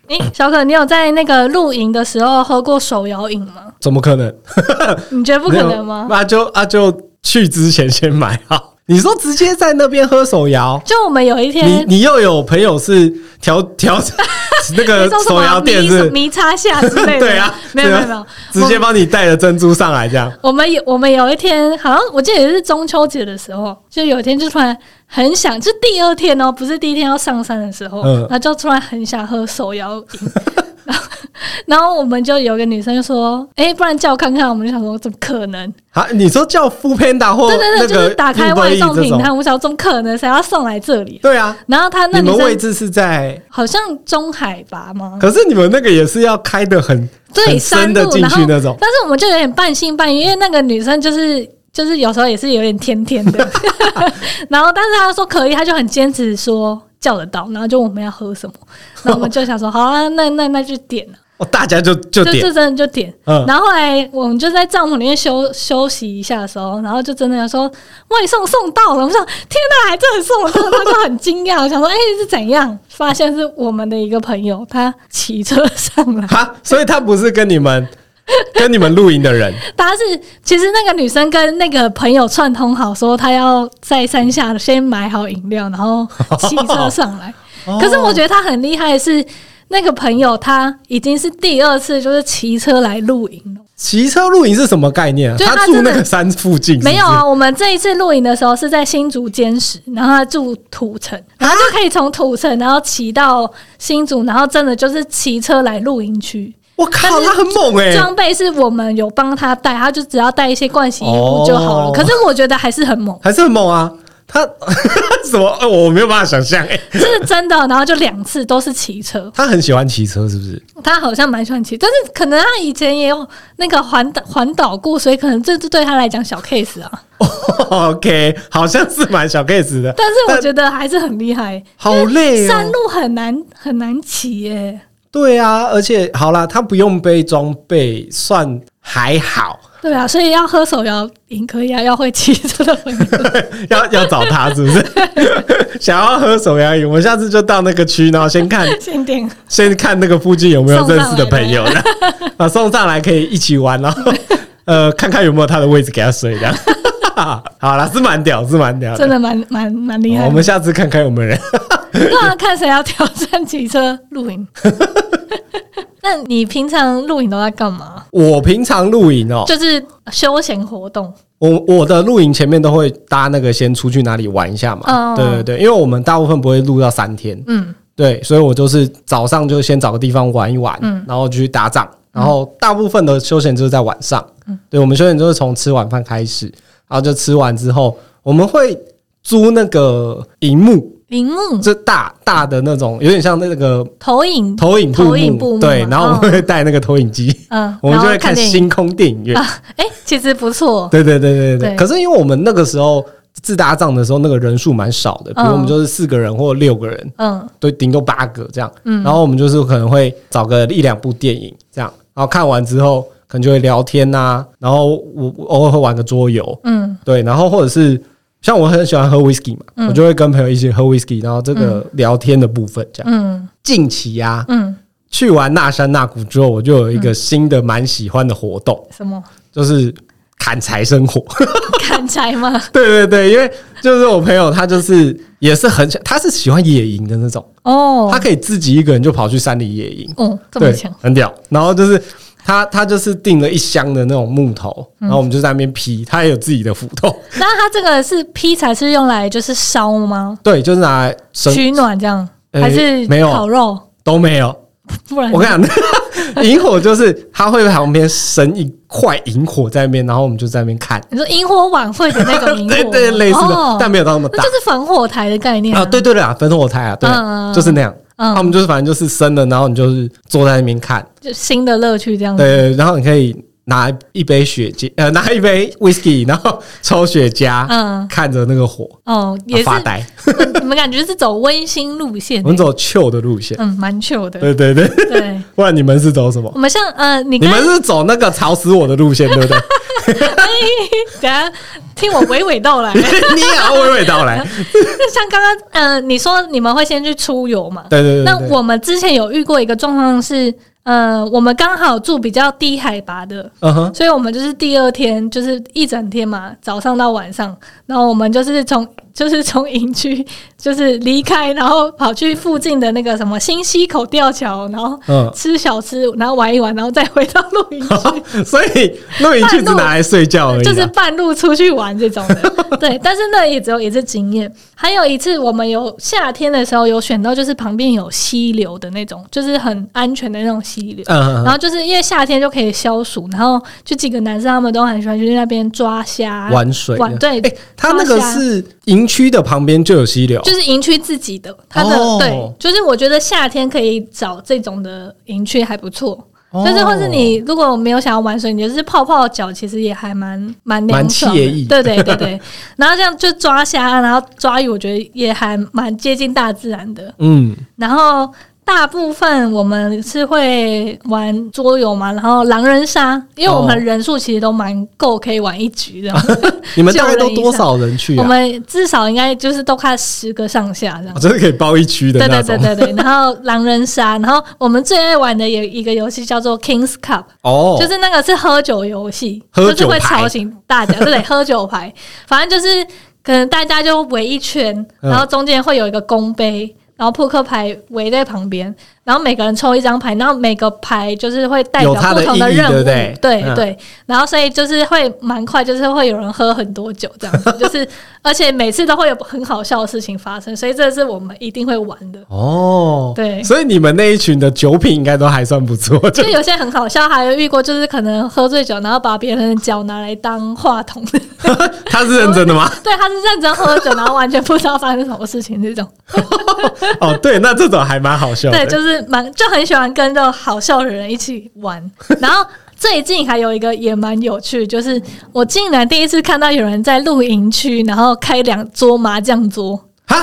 Speaker 2: 诶、小可，你有在那个露营的时候喝过手摇饮吗？
Speaker 1: 怎么可能？
Speaker 2: 你觉得不可能吗？
Speaker 1: 那就啊就去之前先买好。你说直接在那边喝手摇，
Speaker 2: 就我们有一
Speaker 1: 你
Speaker 2: 天，
Speaker 1: 你又有朋友是调调
Speaker 2: [LAUGHS]
Speaker 1: 那个
Speaker 2: 那种什
Speaker 1: 呃手摇
Speaker 2: 么
Speaker 1: 店
Speaker 2: 迷
Speaker 1: 是
Speaker 2: 迷插下之
Speaker 1: [LAUGHS]
Speaker 2: 类的，
Speaker 1: 对啊
Speaker 2: 没有
Speaker 1: 对
Speaker 2: 没
Speaker 1: 啊
Speaker 2: 有没有，
Speaker 1: 直接帮你带了珍珠上来这样。
Speaker 2: 我们有我们有一天，好像我记得也是中秋节的时候，就有一天就突然很想，就第二天哦，不是第一天要上山的时候，
Speaker 1: 嗯
Speaker 2: 然后就突然很想喝手摇
Speaker 1: [LAUGHS]
Speaker 2: 饮。然后然后我们就有一个女生就说：“哎、不然叫看看。”我们就想说，怎么可能？
Speaker 1: 好，你说叫 f o o Panda 或
Speaker 2: 对对
Speaker 1: 哦那
Speaker 2: 对，就
Speaker 1: 个
Speaker 2: 是打开
Speaker 1: Uber
Speaker 2: 外
Speaker 1: Eats
Speaker 2: 送
Speaker 1: 这
Speaker 2: 平
Speaker 1: 种
Speaker 2: 台，我想怎么可能？谁要送来这里？
Speaker 1: 对啊，
Speaker 2: 然后她那
Speaker 1: 你
Speaker 2: 女
Speaker 1: 们位
Speaker 2: 生
Speaker 1: 置是在，
Speaker 2: 好像中海拔吗？
Speaker 1: 可是你们那个也是要开的很
Speaker 2: 对
Speaker 1: 很
Speaker 2: 山
Speaker 1: 深的
Speaker 2: 路
Speaker 1: 进去那
Speaker 2: 然后
Speaker 1: 种，
Speaker 2: 但是我们就有点半信半疑，因为那个女生就是就是有时候也是有点天天
Speaker 1: [LAUGHS]
Speaker 2: 的，然后但是她说可以，她就很坚持说叫得到，然后就我们要喝什么，然后我们就想说好啊，那那那就点了。
Speaker 1: 哦哦，大家就 [LAUGHS] 就
Speaker 2: 就
Speaker 1: 点，
Speaker 2: 就真的就点。
Speaker 1: 嗯
Speaker 2: 然后后来我们就在帐篷里面休休息一下的时候，然后就真的有说外送送到了，我想天哪，还真的送到，他就很惊讶，我想说哎、是怎样？发现是我们的一个朋友，他骑车上来，
Speaker 1: 哈，所以他不是跟你
Speaker 2: [LAUGHS]
Speaker 1: 们跟你们露营的人，
Speaker 2: 他是其实那个女生跟那个朋友串通好，说她要在山下先买好饮料，然后骑车上
Speaker 1: [LAUGHS]
Speaker 2: 来。
Speaker 1: 哦
Speaker 2: 可是我觉得她很厉害的是。那个朋友他已经是第二次就是骑车来露营了，
Speaker 1: 骑车露营是什么概念啊？
Speaker 2: 就是他
Speaker 1: 住
Speaker 2: 真的
Speaker 1: 那个山附近是不是
Speaker 2: 没有啊，我们这一次露营的时候是在新竹坚石，然后他住土城，然后就可以从土城然后骑到新竹，然后真的就是骑车来露营区。
Speaker 1: 我靠，他很猛哎、
Speaker 2: 装备是我们有帮他带，他就只要带一些盥洗衣物就好了。
Speaker 1: 哦
Speaker 2: 可是我觉得还是很猛，
Speaker 1: 还是很猛啊！他 [LAUGHS] 什么？呃我没有办法想象哎、
Speaker 2: 这是真的。然后就两次都是骑车，
Speaker 1: 他很喜欢骑车是不是？ [LAUGHS]
Speaker 2: 他好像蛮喜欢骑，但是可能他以前也有那个环岛环岛过，所以可能这这对他来讲小 case 啊。
Speaker 1: OK，好像是蛮小 case 的，
Speaker 2: 但是我觉得还是很厉害，
Speaker 1: 好累
Speaker 2: 山
Speaker 1: 哦。
Speaker 2: 路很难很难骑耶、
Speaker 1: 对啊，而且好啦，他不用背装备，算还好。
Speaker 2: 对啊，所以要喝手摇饮可以啊，要会骑车的朋
Speaker 1: [LAUGHS]
Speaker 2: 友。
Speaker 1: 要要找他是不是？
Speaker 2: [LAUGHS]
Speaker 1: 想要喝手摇饮，我下次就到那个区，然后先看
Speaker 2: 先点
Speaker 1: 先看那个附近有没有认识的朋友， [LAUGHS] 啊，送上来可以一起玩，然后
Speaker 2: [LAUGHS]
Speaker 1: 呃，看看有没有他的位置给他睡，这样。好啦，是蛮屌，是蛮屌
Speaker 2: 真的蛮蛮蛮厉害
Speaker 1: 好
Speaker 2: 的。
Speaker 1: 我们下次看看有没有人。
Speaker 2: 对啊，看谁要挑战骑车
Speaker 1: [LAUGHS]
Speaker 2: 露营。那你平常露营都在干嘛？
Speaker 1: 我平常露营哦、
Speaker 2: 就是休闲活动，
Speaker 1: 我我的露营前面都会搭那个先出去哪里玩一下嘛，
Speaker 2: 哦
Speaker 1: 对对对，因为我们大部分不会露到三天，
Speaker 2: 嗯，
Speaker 1: 对，所以我就是早上就先找个地方玩一玩，
Speaker 2: 嗯
Speaker 1: 然后就去搭帐，然后大部分的休闲就是在晚上，
Speaker 2: 嗯
Speaker 1: 对，我们休闲就是从吃晚饭开始，然后就吃完之后，我们会租那个荧幕，
Speaker 2: 荧幕
Speaker 1: 这大大的那种，有点像那个
Speaker 2: 投影，
Speaker 1: 投影布
Speaker 2: 投影布幕
Speaker 1: 幕，对
Speaker 2: 嘛，
Speaker 1: 然后我
Speaker 2: 哦
Speaker 1: 们会带那个投影
Speaker 2: [LAUGHS]
Speaker 1: 机，
Speaker 2: 嗯，
Speaker 1: 我们就
Speaker 2: 然
Speaker 1: 会
Speaker 2: 后
Speaker 1: 看
Speaker 2: 电影
Speaker 1: 星空电影院，
Speaker 2: 啊，哎、其实不错，
Speaker 1: [LAUGHS] 对对对对对
Speaker 2: 对
Speaker 1: 可是因为我们那个时候自搭帐的时候，那个人数蛮少的，比如
Speaker 2: 嗯
Speaker 1: 我们就是四个人或六个人，
Speaker 2: 嗯，
Speaker 1: 对，顶多八个这样。然后我们就是可能会找个一两部电影这样，然后看完之后可能就会聊天呐、然后我我偶尔会玩个桌游，
Speaker 2: 嗯，
Speaker 1: 对，然后或者是像我很喜欢喝 whisky 嘛，我就会跟朋友一起喝 whisky，然后这个聊天的部分这样。
Speaker 2: 嗯，
Speaker 1: 近期啊，
Speaker 2: 嗯，
Speaker 1: 去完那山那谷之后，我就有一个新的蛮喜欢的活动，
Speaker 2: 什么 [LAUGHS]
Speaker 1: 就是砍柴生火。 [LAUGHS]
Speaker 2: 砍柴吗？
Speaker 1: 对对对，因为就是我朋友，他就是也是很，他是喜欢野营的那种，
Speaker 2: 哦
Speaker 1: 他，可以自己一个人就跑去山里野营，
Speaker 2: 哦，这么
Speaker 1: 对
Speaker 2: 强，，
Speaker 1: 很屌。然后就是他，他就是订了一箱的那种木头，
Speaker 2: 嗯
Speaker 1: 然后我们就在那边劈，他也有自己的斧头， [LAUGHS]
Speaker 2: 那他这个是劈柴是用来就是烧吗？
Speaker 1: 对，就是拿来生
Speaker 2: 取暖这样，
Speaker 1: 呃
Speaker 2: 还是
Speaker 1: 没有
Speaker 2: 烤肉？
Speaker 1: 都没有。
Speaker 2: 不然
Speaker 1: 我跟你讲， [LAUGHS] 萤火就是他会旁边生一块萤火在那边，然后我们就在那边看，
Speaker 2: 你说萤火晚会的那种萤火吗，
Speaker 1: [LAUGHS] 对对，类似的
Speaker 2: 哦，
Speaker 1: 但没有到那么大
Speaker 2: 那就。是防火台的概念
Speaker 1: 啊，对，对对啊，分火台啊，对，
Speaker 2: 嗯嗯嗯
Speaker 1: 就是那样。
Speaker 2: 嗯
Speaker 1: 他们就是反正就是生了，然后你就是坐在那边看，
Speaker 2: 就新的乐趣这样子。
Speaker 1: 对，然后你可以拿一杯雪茄，呃，拿一杯 whisky，然后抽雪茄，
Speaker 2: 嗯
Speaker 1: 看着那个火
Speaker 2: 哦，也是
Speaker 1: 啊发呆。
Speaker 2: 你们感觉是走温馨路线
Speaker 1: 我，们走 chill 的路线，
Speaker 2: 嗯，蛮 chill 的。
Speaker 1: 对对对， [LAUGHS]
Speaker 2: 对，
Speaker 1: 不然你们是走什么？
Speaker 2: 我们像呃，你
Speaker 1: 你
Speaker 2: 刚
Speaker 1: 们
Speaker 2: 刚
Speaker 1: 是走那个吵死我的路线，对
Speaker 2: [LAUGHS]
Speaker 1: 不对？
Speaker 2: 等一下听我娓娓道
Speaker 1: [LAUGHS]
Speaker 2: 来，
Speaker 1: 你也要娓娓道
Speaker 2: [LAUGHS]
Speaker 1: 来。
Speaker 2: 那像刚刚呃，你说你们会先去出游嘛？
Speaker 1: 对对对
Speaker 2: 那
Speaker 1: 对对，
Speaker 2: 我们之前有遇过一个状况是，呃，我们刚好住比较低海拔的，
Speaker 1: 嗯哼，
Speaker 2: 所以我们就是第二天，就是一整天嘛，早上到晚上，然后我们就是从 [LAUGHS] 就是从营区就是离开，然后跑去附近的那个什么新溪口吊桥，然后 [LAUGHS]
Speaker 1: 嗯。
Speaker 2: 吃小吃，然后玩一玩，然后再回到露营区，
Speaker 1: 所以露营去只拿来睡觉而已啊，
Speaker 2: 就是半路出去玩这种
Speaker 1: [LAUGHS]
Speaker 2: 的。对，但是那也只有一次经验。还有一次，我们有夏天的时候有选到，就是旁边有溪流的那种，就是很安全的那种溪流。
Speaker 1: 嗯，嗯
Speaker 2: 然后就是因为夏天就可以消暑，然后就几个男生他们都很喜欢去那边抓虾啊
Speaker 1: 嗯，玩水
Speaker 2: 玩对
Speaker 1: 哎，他那个
Speaker 2: 抓虾
Speaker 1: 是营区的旁边就有溪流，
Speaker 2: 就是营区自己的，他的、
Speaker 1: 哦
Speaker 2: 对，就是我觉得夏天可以找这种的营区还不错。就是或是
Speaker 1: 哦
Speaker 2: 你如果没有想要玩水，你就是泡泡脚，其实也还蛮蛮凉爽的
Speaker 1: 蛮惬意
Speaker 2: 对对对对，然后这样就抓虾，然后抓鱼，我觉得也还蛮接近大自然的。
Speaker 1: 嗯，
Speaker 2: 然后大部分我们是会玩桌游嘛，然后狼人杀，因为我
Speaker 1: 哦
Speaker 2: 们人数其实都蛮够，可以玩一局这样。
Speaker 1: 你们大概都多少人去
Speaker 2: 我
Speaker 1: 啊？
Speaker 2: 们至少应该就是都看十个上下这样
Speaker 1: 哦。真的可以包一区的
Speaker 2: 对
Speaker 1: 那
Speaker 2: 对对
Speaker 1: 种
Speaker 2: 对对，然后狼人杀，然后我们最爱玩的有一个游戏叫做 Kings Cup，、
Speaker 1: 哦，
Speaker 2: 就是那个是喝酒游戏，
Speaker 1: 喝
Speaker 2: 就是
Speaker 1: 酒
Speaker 2: 会
Speaker 1: 牌
Speaker 2: 吵醒大
Speaker 1: [LAUGHS]
Speaker 2: 家，对对，喝酒牌，反正就是可能大家就围一圈，
Speaker 1: 嗯
Speaker 2: 然后中间会有一个公杯，然后扑克牌围在旁边，然后每个人抽一张牌，然后每个牌就是会代表
Speaker 1: 有它
Speaker 2: 不
Speaker 1: 的
Speaker 2: 同
Speaker 1: 意义
Speaker 2: 任务，
Speaker 1: 对不对嗯
Speaker 2: 对，然后所以就是会蛮快，就是会有人喝很多酒这样子，就是而且每次都会有很好笑的事情发生，所以这是我们一定会玩的。
Speaker 1: 哦，
Speaker 2: 对
Speaker 1: 所以你们那一群的酒品应该都还算不
Speaker 2: [LAUGHS]
Speaker 1: 错， [LAUGHS] 就
Speaker 2: 就有些很好笑，还有遇过就是可能喝醉酒，然后把别人的脚拿来当话筒的。
Speaker 1: 他是认真的吗？
Speaker 2: 对，他是认真喝酒，然后完全不知道发生什么事情这种。
Speaker 1: [LAUGHS] 哦，对，那这种还蛮好笑的。
Speaker 2: 对，就是蛮就很喜欢跟着好笑的人一起玩。然后最近还有一个也蛮有趣，就是我竟然第一次看到有人在露营区，然后开两桌麻将桌。 [LAUGHS]
Speaker 1: 哈，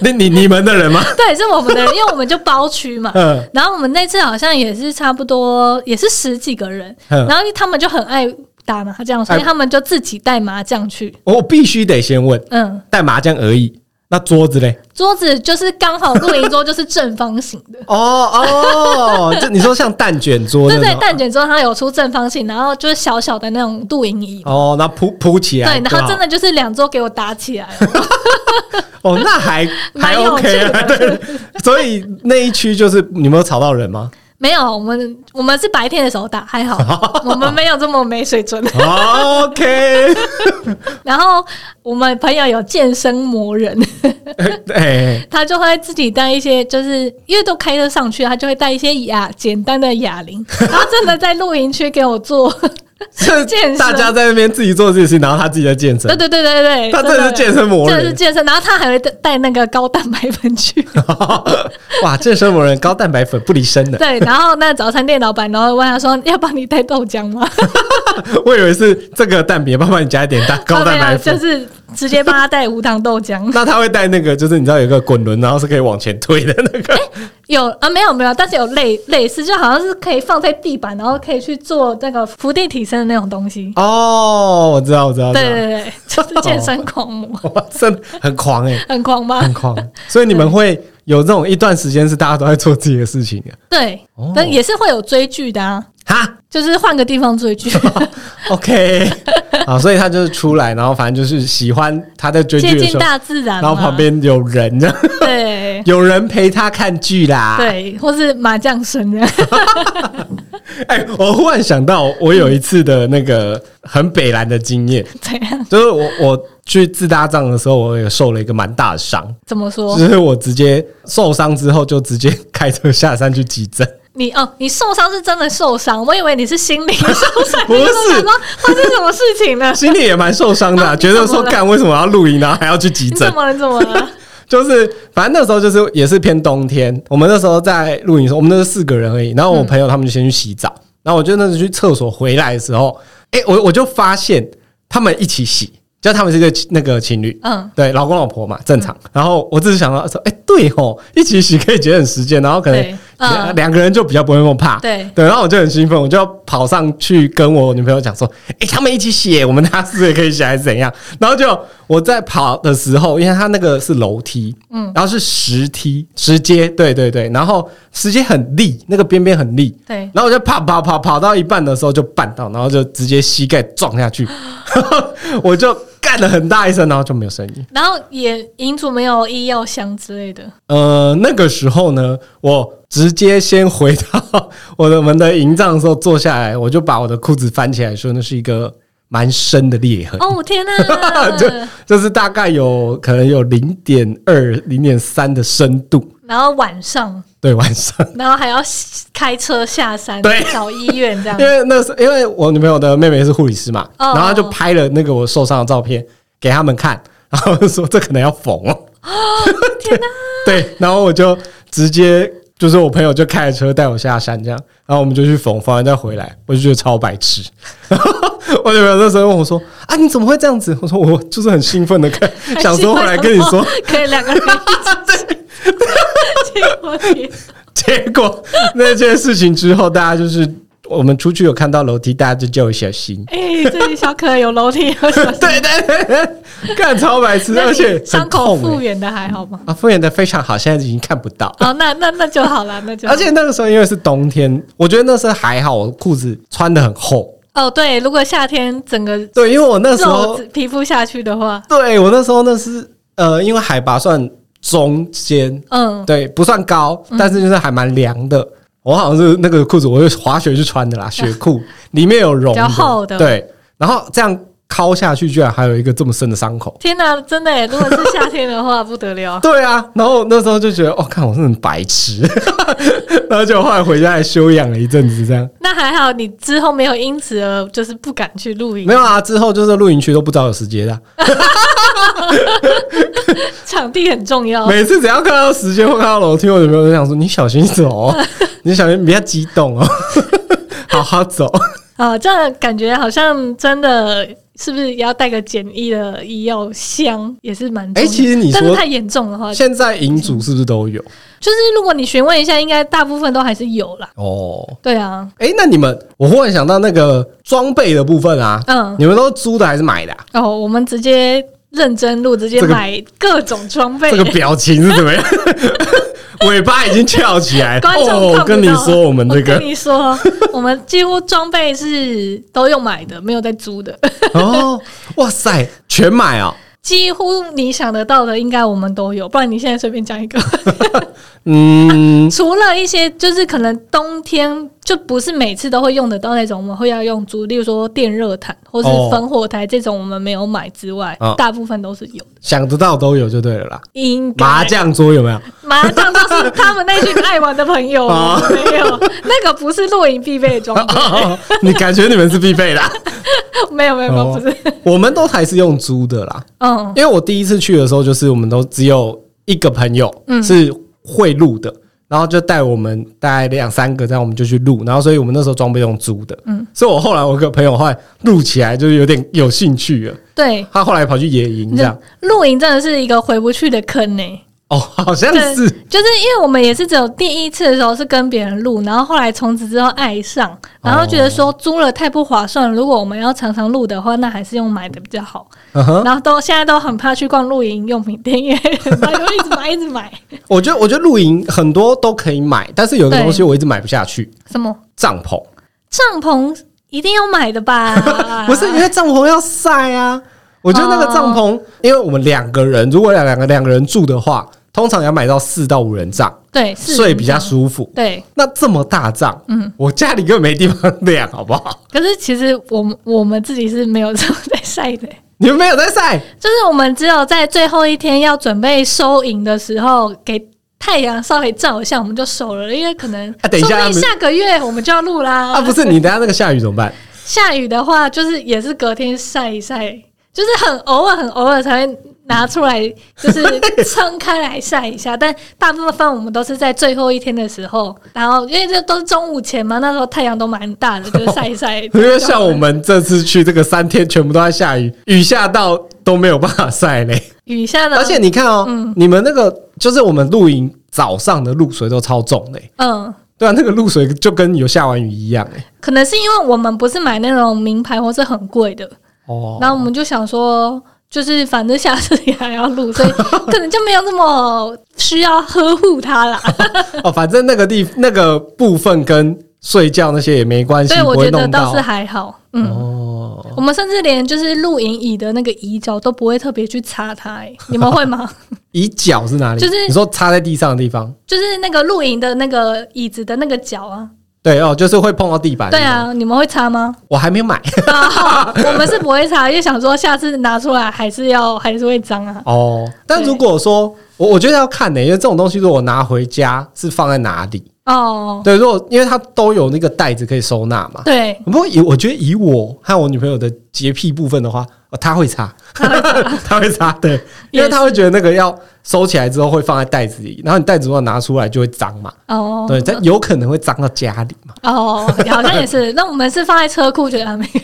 Speaker 1: 你你你们的人吗？
Speaker 2: 对，是我们的人，因为我们就包
Speaker 1: [LAUGHS]
Speaker 2: 区嘛。
Speaker 1: 嗯，
Speaker 2: 然后我们那次好像也是差不多，也是十几个人，
Speaker 1: 嗯
Speaker 2: 然后他们就很爱打麻将，所以
Speaker 1: 哎
Speaker 2: 他们就自己带麻将去。
Speaker 1: 我必须得先问，
Speaker 2: 嗯，
Speaker 1: 带麻将而已，那桌子嘞？
Speaker 2: 桌子就是刚好露营桌就是正方形的，
Speaker 1: 哦 [LAUGHS] 哦，就你说像蛋卷桌
Speaker 2: 对
Speaker 1: 那
Speaker 2: 对，
Speaker 1: 种，
Speaker 2: 蛋卷桌它有出正方形，然后就是小小的那
Speaker 1: [LAUGHS]
Speaker 2: 种露营椅。
Speaker 1: 哦，那铺铺起
Speaker 2: 对
Speaker 1: 来，，
Speaker 2: 然后真的就是两桌给我打起来
Speaker 1: [LAUGHS]
Speaker 2: 了，
Speaker 1: 哦，那
Speaker 2: [LAUGHS]
Speaker 1: 还还
Speaker 2: 蛮有
Speaker 1: OK
Speaker 2: 趣
Speaker 1: 啊，对，所以那一区就是你们有吵到人吗？
Speaker 2: 没有，我们我们是白天的时候打，还
Speaker 1: [LAUGHS]
Speaker 2: 好，我们没有这么没水准。 [LAUGHS]
Speaker 1: 哦 OK， [LAUGHS]
Speaker 2: 然后我们朋友有健身魔人， [LAUGHS]
Speaker 1: 哎，
Speaker 2: 他就会自己带一些，就是因为都开车上去，他就会带一些哑简单的哑铃，然后真的在露营区给我做，健
Speaker 1: 这
Speaker 2: 身
Speaker 1: 大家在那边自己做自己的事情，然后他自己在健身
Speaker 2: 对，对对对对，
Speaker 1: 他真的是健身魔
Speaker 2: 真的是
Speaker 1: 人，
Speaker 2: 健身，然后他还会带带那个高蛋白
Speaker 1: [LAUGHS]
Speaker 2: 粉去，
Speaker 1: 哇，健身魔人高蛋白粉不离身的，
Speaker 2: 对，然后那早餐店老板，然后问他说要帮你带豆浆吗？
Speaker 1: [LAUGHS] 我以为是这个蛋饼，帮帮你加一点
Speaker 2: [LAUGHS]
Speaker 1: 蛋 [LAUGHS] 高蛋白
Speaker 2: 哦就
Speaker 1: 粉。。
Speaker 2: 是直接帮他带无糖豆浆
Speaker 1: [LAUGHS] 那他会带那个，就是你知道有一个滚轮，然后是可以往前推的那
Speaker 2: [LAUGHS]
Speaker 1: 个。
Speaker 2: 有啊，没有没有，但是有类类似，就好像是可以放在地板，然后可以去做那个伏地挺身的那种东西。
Speaker 1: 哦，我知道，我知道，我
Speaker 2: 对
Speaker 1: 知道
Speaker 2: 对对，对就是健身狂魔，
Speaker 1: 哇，真的很狂哎、
Speaker 2: 很
Speaker 1: [LAUGHS]
Speaker 2: 狂吧？
Speaker 1: 很狂。所以你们会有这种一段时间是大家都在做自己的事情
Speaker 2: [LAUGHS]
Speaker 1: 的
Speaker 2: 对
Speaker 1: 哦，
Speaker 2: 但也是会有追剧的啊，
Speaker 1: 哈
Speaker 2: 就是换个地方
Speaker 1: [LAUGHS]
Speaker 2: 追剧，
Speaker 1: ，OK，啊，所以他就是出来，然后反正就是喜欢他在追剧
Speaker 2: 接
Speaker 1: 的
Speaker 2: 近
Speaker 1: 时候，
Speaker 2: 大自然
Speaker 1: 然
Speaker 2: 嘛。
Speaker 1: 后旁边有人， [LAUGHS] 这样
Speaker 2: 对
Speaker 1: 有人陪他看剧啦。，
Speaker 2: 对，或是麻将声啊这样。
Speaker 1: 哎、我忽然想到，我有一次的那个很北蓝的经验，
Speaker 2: [LAUGHS] 怎样？
Speaker 1: 就是我我去自搭帐的时候，我也受了一个蛮大的伤，
Speaker 2: 怎么说？
Speaker 1: 就是我直接受伤之后就直接开车下山去急诊。
Speaker 2: 你哦，你受伤是真的受伤，我以为你是心灵受伤。
Speaker 1: 不是
Speaker 2: 我想说发生什么事情
Speaker 1: [LAUGHS]
Speaker 2: 了？
Speaker 1: 心里也蛮受伤的、啊，
Speaker 2: 啊
Speaker 1: 觉得
Speaker 2: 你怎
Speaker 1: 说
Speaker 2: 么了
Speaker 1: 干为什么要露营，然后还要去急
Speaker 2: 你
Speaker 1: 诊
Speaker 2: 怎，么了？你怎么了？
Speaker 1: 就是反正那时候就是也是偏冬天，我们那时候在露营的时候，我们那是四个人而已，然后我
Speaker 2: 嗯
Speaker 1: 朋友他们就先去洗澡，然后我就那时候去厕所回来的时候，哎、我我就发现他们一起洗，就他们是一对那个情侣，
Speaker 2: 嗯，
Speaker 1: 对，老公老婆嘛，正常。然后我只是想到说，哎、对吼，一起洗可以节省时间，然后可能
Speaker 2: 对
Speaker 1: 两
Speaker 2: 嗯
Speaker 1: 两、个人就比较不会那么怕。
Speaker 2: 对
Speaker 1: 对，然后我就很兴奋，我就跑上去跟我女朋友讲说，哎、他们一起洗耶，我们大家是不是也可以洗还是怎样？然后就我在跑的时候，因为它那个是楼梯，嗯，然后是石梯石阶，对对对，然后石阶很利，那个边边很利，
Speaker 2: 对，
Speaker 1: 然后我就跑跑跑跑到一半的时候就绊到，然后就直接膝盖撞下去， [LAUGHS] 我就干了很大一声，然后就没有声音。
Speaker 2: 然后也银主没有医药箱之类的，
Speaker 1: 呃，那个时候呢，我直接先回到我的门的营帐的时候坐下来，我就把我的裤子翻起来说，那是一个蛮深的裂痕。
Speaker 2: 哦天哪、
Speaker 1: [LAUGHS] 就就是大概有可能有零点二、零点三的深度，
Speaker 2: 然后晚上，
Speaker 1: 对，晚上
Speaker 2: 然后还要开车下山
Speaker 1: 对
Speaker 2: 找医院这样
Speaker 1: [LAUGHS] 因。为那时候因为我女朋友的妹妹是护理师嘛，
Speaker 2: 哦
Speaker 1: 然后她就拍了那个我受伤的照片给他们看，然后就说这可能要缝哦。
Speaker 2: 天哪、
Speaker 1: [LAUGHS] 对，然后我就直接就是我朋友就开着车带我下山这样，然后我们就去缝，缝完再回来，我就觉得超白痴。 [LAUGHS] 我女朋友那时候问我说：“啊，你怎么会这样子？”我说：“我就是很兴奋的
Speaker 2: [LAUGHS]
Speaker 1: 看，想说后来跟你说， [LAUGHS]
Speaker 2: 可以两个人一起结果也
Speaker 1: 结果那件事情之后，大家就是我们出去有看到楼梯，大家就叫我小
Speaker 2: [LAUGHS]
Speaker 1: 心。
Speaker 2: 哎、这里小可爱有楼梯，有小
Speaker 1: 对对对，干超白痴，
Speaker 2: 那你
Speaker 1: 而且
Speaker 2: 伤
Speaker 1: 很
Speaker 2: 口
Speaker 1: 痛欸、
Speaker 2: 复原的还好吗？
Speaker 1: 啊，复原的非常好，现在已经看不到。
Speaker 2: 哦，那那那就好了，那就好
Speaker 1: 而且那个时候因为是冬天，我觉得那时候还好，我裤子穿的很厚。
Speaker 2: 哦，对，如果夏天整个
Speaker 1: 对，因为我那时
Speaker 2: 肉
Speaker 1: 候
Speaker 2: 子，皮肤下去的话，
Speaker 1: 对我那时候那是呃，因为海拔算中间，
Speaker 2: 嗯，
Speaker 1: 对，不算高，但是就是还蛮凉的。我好像是那个裤子，我是滑雪去穿的啦，雪裤里面有绒，
Speaker 2: 嗯比较厚的
Speaker 1: 对，然后这样敲下去，居然还有一个这么深的伤口。
Speaker 2: 天哪、真的耶，如果是夏天的话， [LAUGHS] 不得了。
Speaker 1: 对啊，然后那时候就觉得，哦，看我是很白痴， [LAUGHS] 然后就后来回家来休养了一阵子，这样
Speaker 2: 那还好，你之后没有因此而就是不敢去露营
Speaker 1: 没，有啊。之后就是露营区都不知道有时间啊，
Speaker 2: 场地很重要。
Speaker 1: 每次只要看到时间或看到楼梯，我女朋友就想说：“你小心走、
Speaker 2: [LAUGHS]
Speaker 1: 哦，你小心，你不要激动哦，好好走。 [LAUGHS]
Speaker 2: 啊，这样感觉好像真的是不是也要带个简易的医药箱，也是蛮重要的。
Speaker 1: 哎其实你说
Speaker 2: 但是太严重的”话，
Speaker 1: 现在银主是不是都有？
Speaker 2: 就是如果你询问一下，应该大部分都还是有啦。
Speaker 1: 哦，
Speaker 2: 对啊，
Speaker 1: 哎、那你们，我忽然想到那个装备的部分啊，
Speaker 2: 嗯，
Speaker 1: 你们都租的还是买的、啊？
Speaker 2: 哦，我们直接认真录，直接
Speaker 1: 这个
Speaker 2: 买各种装备。
Speaker 1: 这个表情是怎么样？尾巴已经翘起来了。
Speaker 2: 观众看不
Speaker 1: 哦，
Speaker 2: 到
Speaker 1: 我跟你说，我们这
Speaker 2: [LAUGHS] 我
Speaker 1: 个
Speaker 2: 跟你说，我们几乎装备是都用买的，没有在租的， [LAUGHS]
Speaker 1: 哦，哇塞，全买哦。
Speaker 2: 几乎你想得到的，应该我们都有。不然你现在随便讲一
Speaker 1: [LAUGHS]
Speaker 2: 个，
Speaker 1: 嗯，
Speaker 2: 除了一些就是可能冬天就不是每次都会用得到那种，我们会要用租，例如说电热毯或是
Speaker 1: 哦
Speaker 2: 烽火台这种，我们没有买之外，
Speaker 1: 嗯
Speaker 2: 大部分都是有的。
Speaker 1: 想得到都有就对了
Speaker 2: [LAUGHS]
Speaker 1: 啦。
Speaker 2: 应该
Speaker 1: 麻将桌有没有？
Speaker 2: 麻将都是他们那群爱玩的朋
Speaker 1: [LAUGHS]
Speaker 2: 友，
Speaker 1: 哦
Speaker 2: 没有那个不是露营必备的装备，
Speaker 1: 哦你感觉你们是必备的啊、
Speaker 2: [LAUGHS] 没有没有没有
Speaker 1: 哦
Speaker 2: 不是，
Speaker 1: 我们都还是用租的啦。
Speaker 2: 嗯
Speaker 1: 因为我第一次去的时候，就是我们都只有一个朋友
Speaker 2: 嗯
Speaker 1: 是会录的，然后就带我们大概两三个，这样我们就去录，然后所以我们那时候装备用租的，
Speaker 2: 嗯
Speaker 1: 嗯，所以我后来我有个朋友后来录起来就是有点有兴趣了，
Speaker 2: 对。
Speaker 1: 他后来跑去野营这样，
Speaker 2: 露营真的是一个回不去的坑呢、欸
Speaker 1: 哦，好像是
Speaker 2: 就是因为我们也是只有第一次的时候是跟别人录，然后后来从此之后爱上，然后觉得
Speaker 1: 哦
Speaker 2: 说租了太不划算了，如果我们要常常录的话，那还是用买的比较好。
Speaker 1: 嗯哼，
Speaker 2: 然后都现在都很怕去逛露营用品店，因为 [LAUGHS] 又一直买一直买
Speaker 1: 我觉得我觉得露营很多都可以买，但是有个
Speaker 2: 对
Speaker 1: 东西我一直买不下去，
Speaker 2: 什么
Speaker 1: 帐篷，
Speaker 2: 帐篷一定要买的吧？
Speaker 1: [LAUGHS] 不是因为帐篷要晒啊。我觉得那个帐篷，因为我们两个人，如果两两个两个人住的话，通常要买到四到五人帐，
Speaker 2: 对是
Speaker 1: 睡比较舒服。
Speaker 2: 对。
Speaker 1: 那这么大帐，嗯，我家里根本没地方晾，好不好？
Speaker 2: 可是其实我们我们自己是没有这么在晒的、
Speaker 1: 你们没有在晒，
Speaker 2: 就是我们只有在最后一天要准备收营的时候，给太阳稍微照一下，我们就收了，因为可能、
Speaker 1: 啊等一下
Speaker 2: 说不定下个月我们就要录啦。
Speaker 1: 啊，不是你等下那个下雨怎么办？
Speaker 2: 下雨的话，就是也是隔天晒一晒，就是很偶尔、很偶尔才会拿出来，就是撑开来晒一下。但大部分我们都是在最后一天的时候，然后因为这都是中午前嘛，那时候太阳都蛮大的，就是晒一晒。
Speaker 1: [LAUGHS] 因为像我们这次去这个三天全部都在下雨，雨下到都没有办法晒嘞。
Speaker 2: 雨下的，
Speaker 1: 而且你看哦，
Speaker 2: 嗯
Speaker 1: 你们那个就是我们露营早上的露水都超重嘞，
Speaker 2: 嗯。
Speaker 1: 对啊，那个露水就跟有下完雨一样哎。
Speaker 2: 可能是因为我们不是买那种名牌或是很贵的，
Speaker 1: 哦，
Speaker 2: 然后我们就想说，就是反正下次也还要录，所以 [LAUGHS] 可能就没有那么需要呵护它
Speaker 1: [LAUGHS]
Speaker 2: 啦。 [LAUGHS]
Speaker 1: 哦，反正那个地那个部分跟睡觉那些也没关系，
Speaker 2: 所以我
Speaker 1: 不会
Speaker 2: 觉得
Speaker 1: 弄
Speaker 2: 倒
Speaker 1: 到
Speaker 2: 是还好，嗯。
Speaker 1: 哦。
Speaker 2: 我们甚至连就是露营椅的那个椅脚都不会特别去擦它、
Speaker 1: [LAUGHS]
Speaker 2: 欸，你们会吗？
Speaker 1: 椅脚是哪里？
Speaker 2: 就是
Speaker 1: 你说插在地上的地方。
Speaker 2: 就是那个露营的那个椅子的那个脚啊，
Speaker 1: 对哦，就是会碰到地板。
Speaker 2: 对，啊，你们会擦吗？
Speaker 1: [LAUGHS] 我还没买
Speaker 2: 啊我们是不会擦，因为想说下次拿出来还是要还是会脏啊。 [LAUGHS]
Speaker 1: 哦。但如果说我我觉得要看呢、因为这种东西如果我拿回家是放在哪里？
Speaker 2: 哦，
Speaker 1: 对，如果因为它都有那个袋子可以收纳嘛。
Speaker 2: 对，
Speaker 1: 不过以我觉得以我和我女朋友的洁癖部分的话，哦、她会
Speaker 2: [LAUGHS]
Speaker 1: 擦，她会擦，对，因为她会觉得那个要收起来之后会放在袋子里，然后你袋子如果拿出来就会脏嘛，
Speaker 2: 哦，
Speaker 1: 对，但有可能会脏到家里嘛。
Speaker 2: 哦，好像
Speaker 1: [LAUGHS]
Speaker 2: 也是。那我们是放在车库，觉得还没有。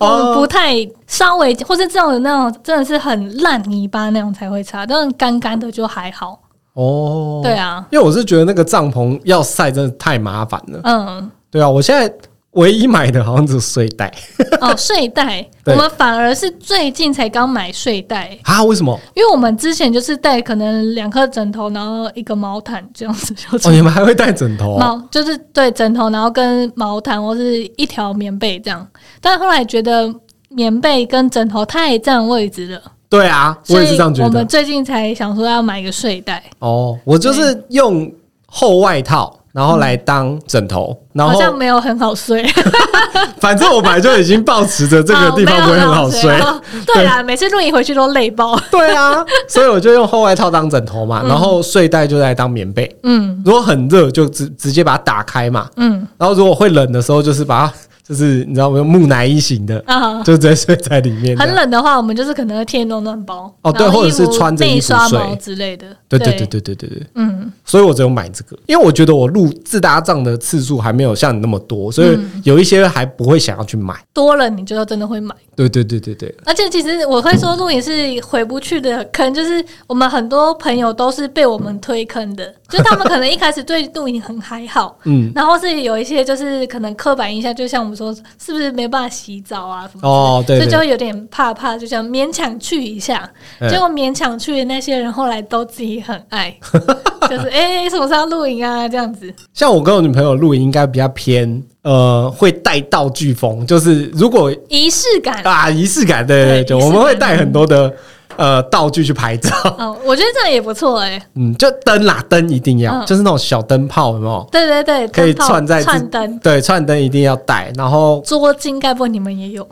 Speaker 2: 我
Speaker 1: 哦
Speaker 2: 们不太稍微，或是这种那种真的是很烂泥巴那种才会擦，但是干干的就还好。
Speaker 1: 哦，
Speaker 2: 对啊，
Speaker 1: 因为我是觉得那个帐篷要晒真的太麻烦了。
Speaker 2: 嗯，
Speaker 1: 对啊，我现在唯一买的好像只有睡袋 [LAUGHS]
Speaker 2: 哦，睡袋，
Speaker 1: 对
Speaker 2: 我们反而是最近才刚买睡袋，
Speaker 1: 啊？为什么？
Speaker 2: 因为我们之前就是带可能两颗枕头，然后一个毛毯这样子就
Speaker 1: 哦，
Speaker 2: 是
Speaker 1: 你们还会带枕头、哦？
Speaker 2: [LAUGHS] 毛就是对枕头，然后跟毛毯或是一条棉被这样。但后来觉得棉被跟枕头太占位置了，
Speaker 1: 对啊，我
Speaker 2: 所
Speaker 1: 也是
Speaker 2: 以
Speaker 1: 这样觉
Speaker 2: 我们
Speaker 1: 得。
Speaker 2: 最近才想说要买一个睡袋，
Speaker 1: 哦，我就是用厚外套，然后来当枕头，然
Speaker 2: 好
Speaker 1: 后
Speaker 2: 像没有很好睡，
Speaker 1: 反正我本来就已经抱持 [LAUGHS] 着这个地
Speaker 2: 哦没
Speaker 1: 方
Speaker 2: 有
Speaker 1: 不会很
Speaker 2: 很
Speaker 1: 好睡。
Speaker 2: 哦对啦，每次露营回去都累爆。
Speaker 1: [LAUGHS]
Speaker 2: [LAUGHS]
Speaker 1: 对啊，所以我就用厚外套当枕头嘛，然后睡袋就来当棉被。
Speaker 2: 嗯
Speaker 1: 如果很热，就直直接把它打开嘛。
Speaker 2: 嗯
Speaker 1: 然后如果会冷的时候，就是把它就是你知道我用木乃伊型的，
Speaker 2: 啊。
Speaker 1: 就直接睡在里面。
Speaker 2: 很。冷的话，我们就是可能会贴暖暖包
Speaker 1: 哦对
Speaker 2: 然后
Speaker 1: 或者是
Speaker 2: 衣服
Speaker 1: 穿着衣
Speaker 2: 内
Speaker 1: 服
Speaker 2: 刷
Speaker 1: 睡
Speaker 2: 毛之类的。
Speaker 1: 对对对，对对对对，
Speaker 2: 嗯，
Speaker 1: 所以我只有买这个，因为我觉得我录自搭帐的次数还没有像你那么多，所以
Speaker 2: 嗯
Speaker 1: 有一些还不会想要去买。
Speaker 2: 多了你就真的会买。
Speaker 1: 对对对对对，
Speaker 2: 而且其实我会说露营是回不去的坑，就是我们很多朋友都是被我们推坑
Speaker 1: [LAUGHS]
Speaker 2: 的，就是他们可能一开始对露营很还好，
Speaker 1: 嗯，
Speaker 2: 然后是有一些就是可能刻板印象，就像我们说是不是没办法洗澡啊什么，
Speaker 1: 哦对
Speaker 2: 所以就
Speaker 1: 对，
Speaker 2: 会有点怕怕，就想勉强去一下，
Speaker 1: 嗯
Speaker 2: 结果勉强去的那些人后来都自己很
Speaker 1: [LAUGHS]
Speaker 2: 爱，就是哎、什么时候要露营啊这样子，
Speaker 1: 像我跟我女朋友录影应该比较偏呃会带道具风，就是如果
Speaker 2: 仪式感。
Speaker 1: 啊仪式感，对对
Speaker 2: 对
Speaker 1: 对，
Speaker 2: 仪式
Speaker 1: 我
Speaker 2: 感
Speaker 1: 们会带很多的呃道具去
Speaker 2: [LAUGHS]
Speaker 1: 拍照，
Speaker 2: 哦，我觉得这样也不错哎、
Speaker 1: 嗯，就灯啦，灯一定要，
Speaker 2: 嗯
Speaker 1: 就是那种小灯泡，有没有？
Speaker 2: 对对对，
Speaker 1: 可以
Speaker 2: 灯泡
Speaker 1: 串在自
Speaker 2: 串灯。
Speaker 1: 对，串灯一定要带，然后
Speaker 2: 捉襟，该不会你们也有？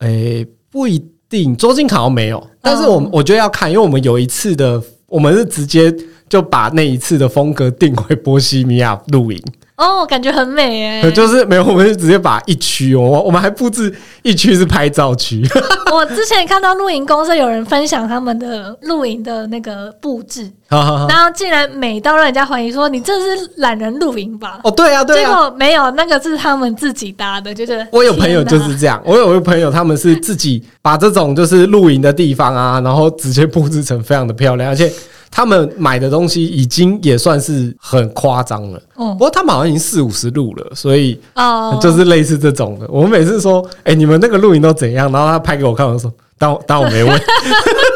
Speaker 1: 诶、不一定，捉金卡好像没有，但是我
Speaker 2: 嗯
Speaker 1: 们、我觉得要看，因为我们有一次的，我们是直接就把那一次的风格定为波西米亚露营，
Speaker 2: 哦，感觉很美耶！
Speaker 1: 可 [LAUGHS] 就是没有，我们就直接把一区，我们我们还布置一区是拍照区，
Speaker 2: 我之前看到露营公司有人分享他们的露营的那个布置，
Speaker 1: 啊
Speaker 2: 然后竟然美到让人家怀疑说你这是懒人露营吧？
Speaker 1: 哦，对啊，对
Speaker 2: 结
Speaker 1: 啊。
Speaker 2: 果没有，那个是他们自己搭的，就觉得
Speaker 1: 我有朋友就
Speaker 2: 天
Speaker 1: 是
Speaker 2: 哪
Speaker 1: 这样，我有一个朋友，他们是自己把这种就是露营的地方啊，然后直接布置成非常的漂亮，而且他们买的东西已经也算是很夸张了。不
Speaker 2: 哦
Speaker 1: 过他们好像已经四五十路了，所以
Speaker 2: 哦，
Speaker 1: 就是类似这种的。我们每次说，哎、你们那个露营都怎样？然后他拍给我看，我就说当当我没问， [LAUGHS]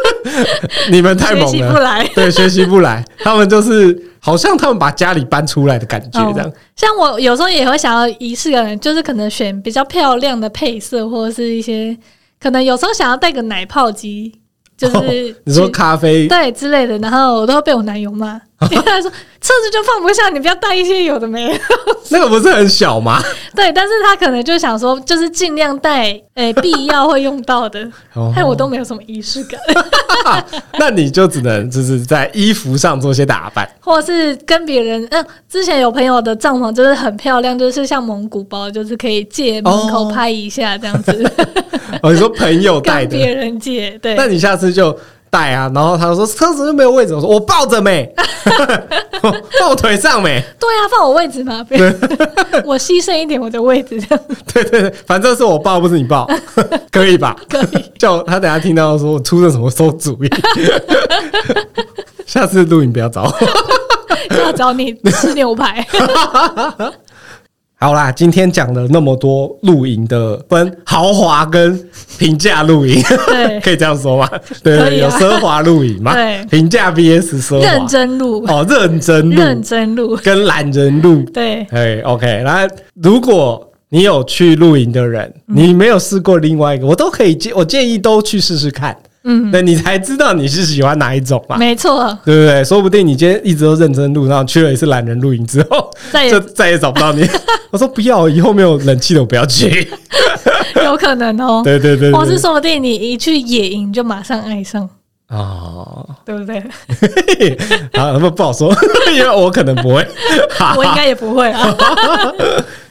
Speaker 1: 你们太
Speaker 2: 学
Speaker 1: 猛
Speaker 2: 习不
Speaker 1: 了，
Speaker 2: 来。
Speaker 1: 对，学习不来。他们就是好像他们把家里搬出来的感
Speaker 2: 哦
Speaker 1: 觉这样。
Speaker 2: 像我有时候也会想要仪式感，就是可能选比较漂亮的配色，或者是一些可能有时候想要带个奶泡机，就
Speaker 1: 哦
Speaker 2: 是
Speaker 1: 你说
Speaker 2: 去
Speaker 1: 咖啡，
Speaker 2: 对之类的，然后我都会被我男友骂，
Speaker 1: [LAUGHS]
Speaker 2: 因为他说车子就放不下，你不要带一些有的没的。 [LAUGHS]
Speaker 1: 那个不是很小吗？
Speaker 2: 对，但是他可能就想说，就是尽量带诶、必要会用到的，
Speaker 1: 哦
Speaker 2: 害我都没有什么仪式感，
Speaker 1: [LAUGHS] 那你就只能就是在衣服上做些打
Speaker 2: [LAUGHS]
Speaker 1: 扮。
Speaker 2: 或者是跟别人嗯，之前有朋友的帐篷就是很漂亮，就是像蒙古包，就是可以借门口
Speaker 1: 哦
Speaker 2: 拍一下这样子，
Speaker 1: 哦，你说朋友 [LAUGHS] 带
Speaker 2: 跟
Speaker 1: 的，
Speaker 2: 别人借。对，
Speaker 1: 那你下次就带啊。然后他说车子又没有位置，我说我抱着
Speaker 2: [LAUGHS]
Speaker 1: 没，抱腿上没。
Speaker 2: 对啊，放我位置嘛，不要
Speaker 1: [LAUGHS]
Speaker 2: 我牺牲一点我的位置 [LAUGHS] 这样
Speaker 1: 对对对，反正是我抱，不是你
Speaker 2: [LAUGHS]
Speaker 1: 抱，可以吧？
Speaker 2: 可以。
Speaker 1: 叫他等下听到说我出了什么馊主
Speaker 2: [LAUGHS]
Speaker 1: 意，下次录影不要找我。
Speaker 2: 要找你吃牛排，
Speaker 1: [LAUGHS] 好啦，今天讲了那么多露营的分豪华跟平价露营，[LAUGHS]
Speaker 2: 对，
Speaker 1: 可以这样说吗？对
Speaker 2: [LAUGHS] 可
Speaker 1: 对，
Speaker 2: 以
Speaker 1: 有
Speaker 2: 啊
Speaker 1: 奢华露营嘛？
Speaker 2: 对
Speaker 1: 平价 VS 奢华，
Speaker 2: 认真录。
Speaker 1: 哦，认真
Speaker 2: 认
Speaker 1: 露
Speaker 2: 真录，
Speaker 1: 跟懒人露
Speaker 2: 对，
Speaker 1: 哎，OK，那如果你有去露营的人，
Speaker 2: 嗯
Speaker 1: 你没有试过另外一个，我都可以建，我建议都去试试看，
Speaker 2: 嗯，
Speaker 1: 那你才知道你是喜欢哪一种嘛，[LAUGHS]
Speaker 2: 没错，
Speaker 1: 对不对？说不定你今天一直都认真录，然后去了一次懒人露营之后，
Speaker 2: 再也
Speaker 1: 就再也找不到
Speaker 2: [LAUGHS]
Speaker 1: 你。我说不要，以后没有冷气的我不要去。
Speaker 2: 有可能哦。
Speaker 1: 对对对
Speaker 2: 或哦是
Speaker 1: 对，
Speaker 2: 说不定你一去野营就马上爱上，
Speaker 1: 哦，
Speaker 2: 对不
Speaker 1: [LAUGHS]
Speaker 2: 对？
Speaker 1: 啊，那么不好说，因为我可能不会。
Speaker 2: 我应该也不会啊。
Speaker 1: [LAUGHS]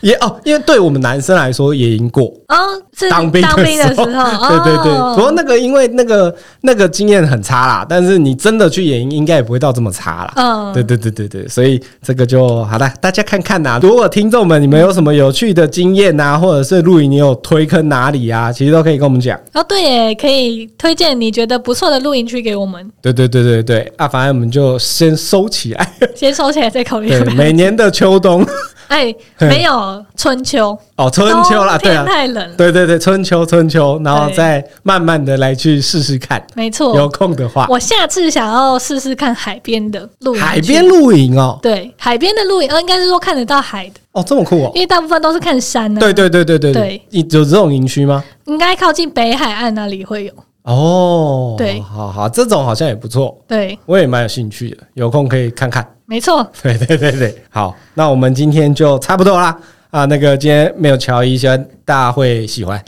Speaker 1: 也哦，因为对我们男生来说也赢过
Speaker 2: 哦，是
Speaker 1: 当兵
Speaker 2: 兵的
Speaker 1: 时 [LAUGHS]
Speaker 2: 候，
Speaker 1: 对对对。
Speaker 2: 哦
Speaker 1: 不过那个因为那个那个经验很差啦，但是你真的去野营应该也不会到这么差啦。
Speaker 2: 嗯
Speaker 1: 对对对对对，所以这个就好啦，大家看看呐、如果听众们你们有什么有趣的经验呐、或者是露营你有推坑哪里啊，其实都可以跟我们讲。
Speaker 2: 哦，对耶，可以推荐你觉得不错的露营区给我
Speaker 1: [LAUGHS]
Speaker 2: 们，
Speaker 1: 对对对对对，啊，反正我们就先收起来。
Speaker 2: 先收起来再考虑
Speaker 1: 对
Speaker 2: 要不，要。
Speaker 1: 每年的秋冬
Speaker 2: [LAUGHS] 哎，
Speaker 1: 嘿
Speaker 2: 没有春秋，
Speaker 1: 哦，春秋啦，
Speaker 2: 冬
Speaker 1: 对
Speaker 2: 天
Speaker 1: 啊，
Speaker 2: 太冷了，
Speaker 1: 对对对，春秋春秋，然后
Speaker 2: 对
Speaker 1: 再慢慢的来去试试看，
Speaker 2: 没
Speaker 1: 有
Speaker 2: 错。
Speaker 1: 空的话，
Speaker 2: 我下次想要试试看海边的露营区，
Speaker 1: 海边露营哦，
Speaker 2: 对海边的露营，呃，应该是说看得到海的，
Speaker 1: 哦，这么酷哦
Speaker 2: 因，为大部分都是看山呢、
Speaker 1: 对对对对对
Speaker 2: 对，
Speaker 1: 你有这种营区吗？
Speaker 2: 应该靠近北海岸那里会有。
Speaker 1: 哦，
Speaker 2: 对
Speaker 1: 好好，这种好像也不错，
Speaker 2: 对，
Speaker 1: 我也蛮有兴趣的，有空可以看看。 [LAUGHS]
Speaker 2: 没错，
Speaker 1: 对对对对，好，那我们今天就差不多啦。啊，那个今天没有乔伊，希望大家会喜欢。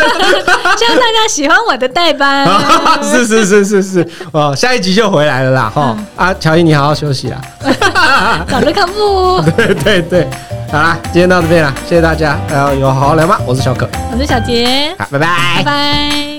Speaker 2: 希望大家喜欢我的
Speaker 1: [LAUGHS]
Speaker 2: 代班。
Speaker 1: 是是是是是，哦，下一集就回来了啦，
Speaker 2: 嗯
Speaker 1: 哈、啊，乔伊你好好休息啦。
Speaker 2: 早日康复。
Speaker 1: [LAUGHS] 对对对，好啦，今天到这边啦，谢谢大家，然后有好好聊吧，我是小可，
Speaker 2: 我是小杰，
Speaker 1: 好，拜拜
Speaker 2: 拜拜。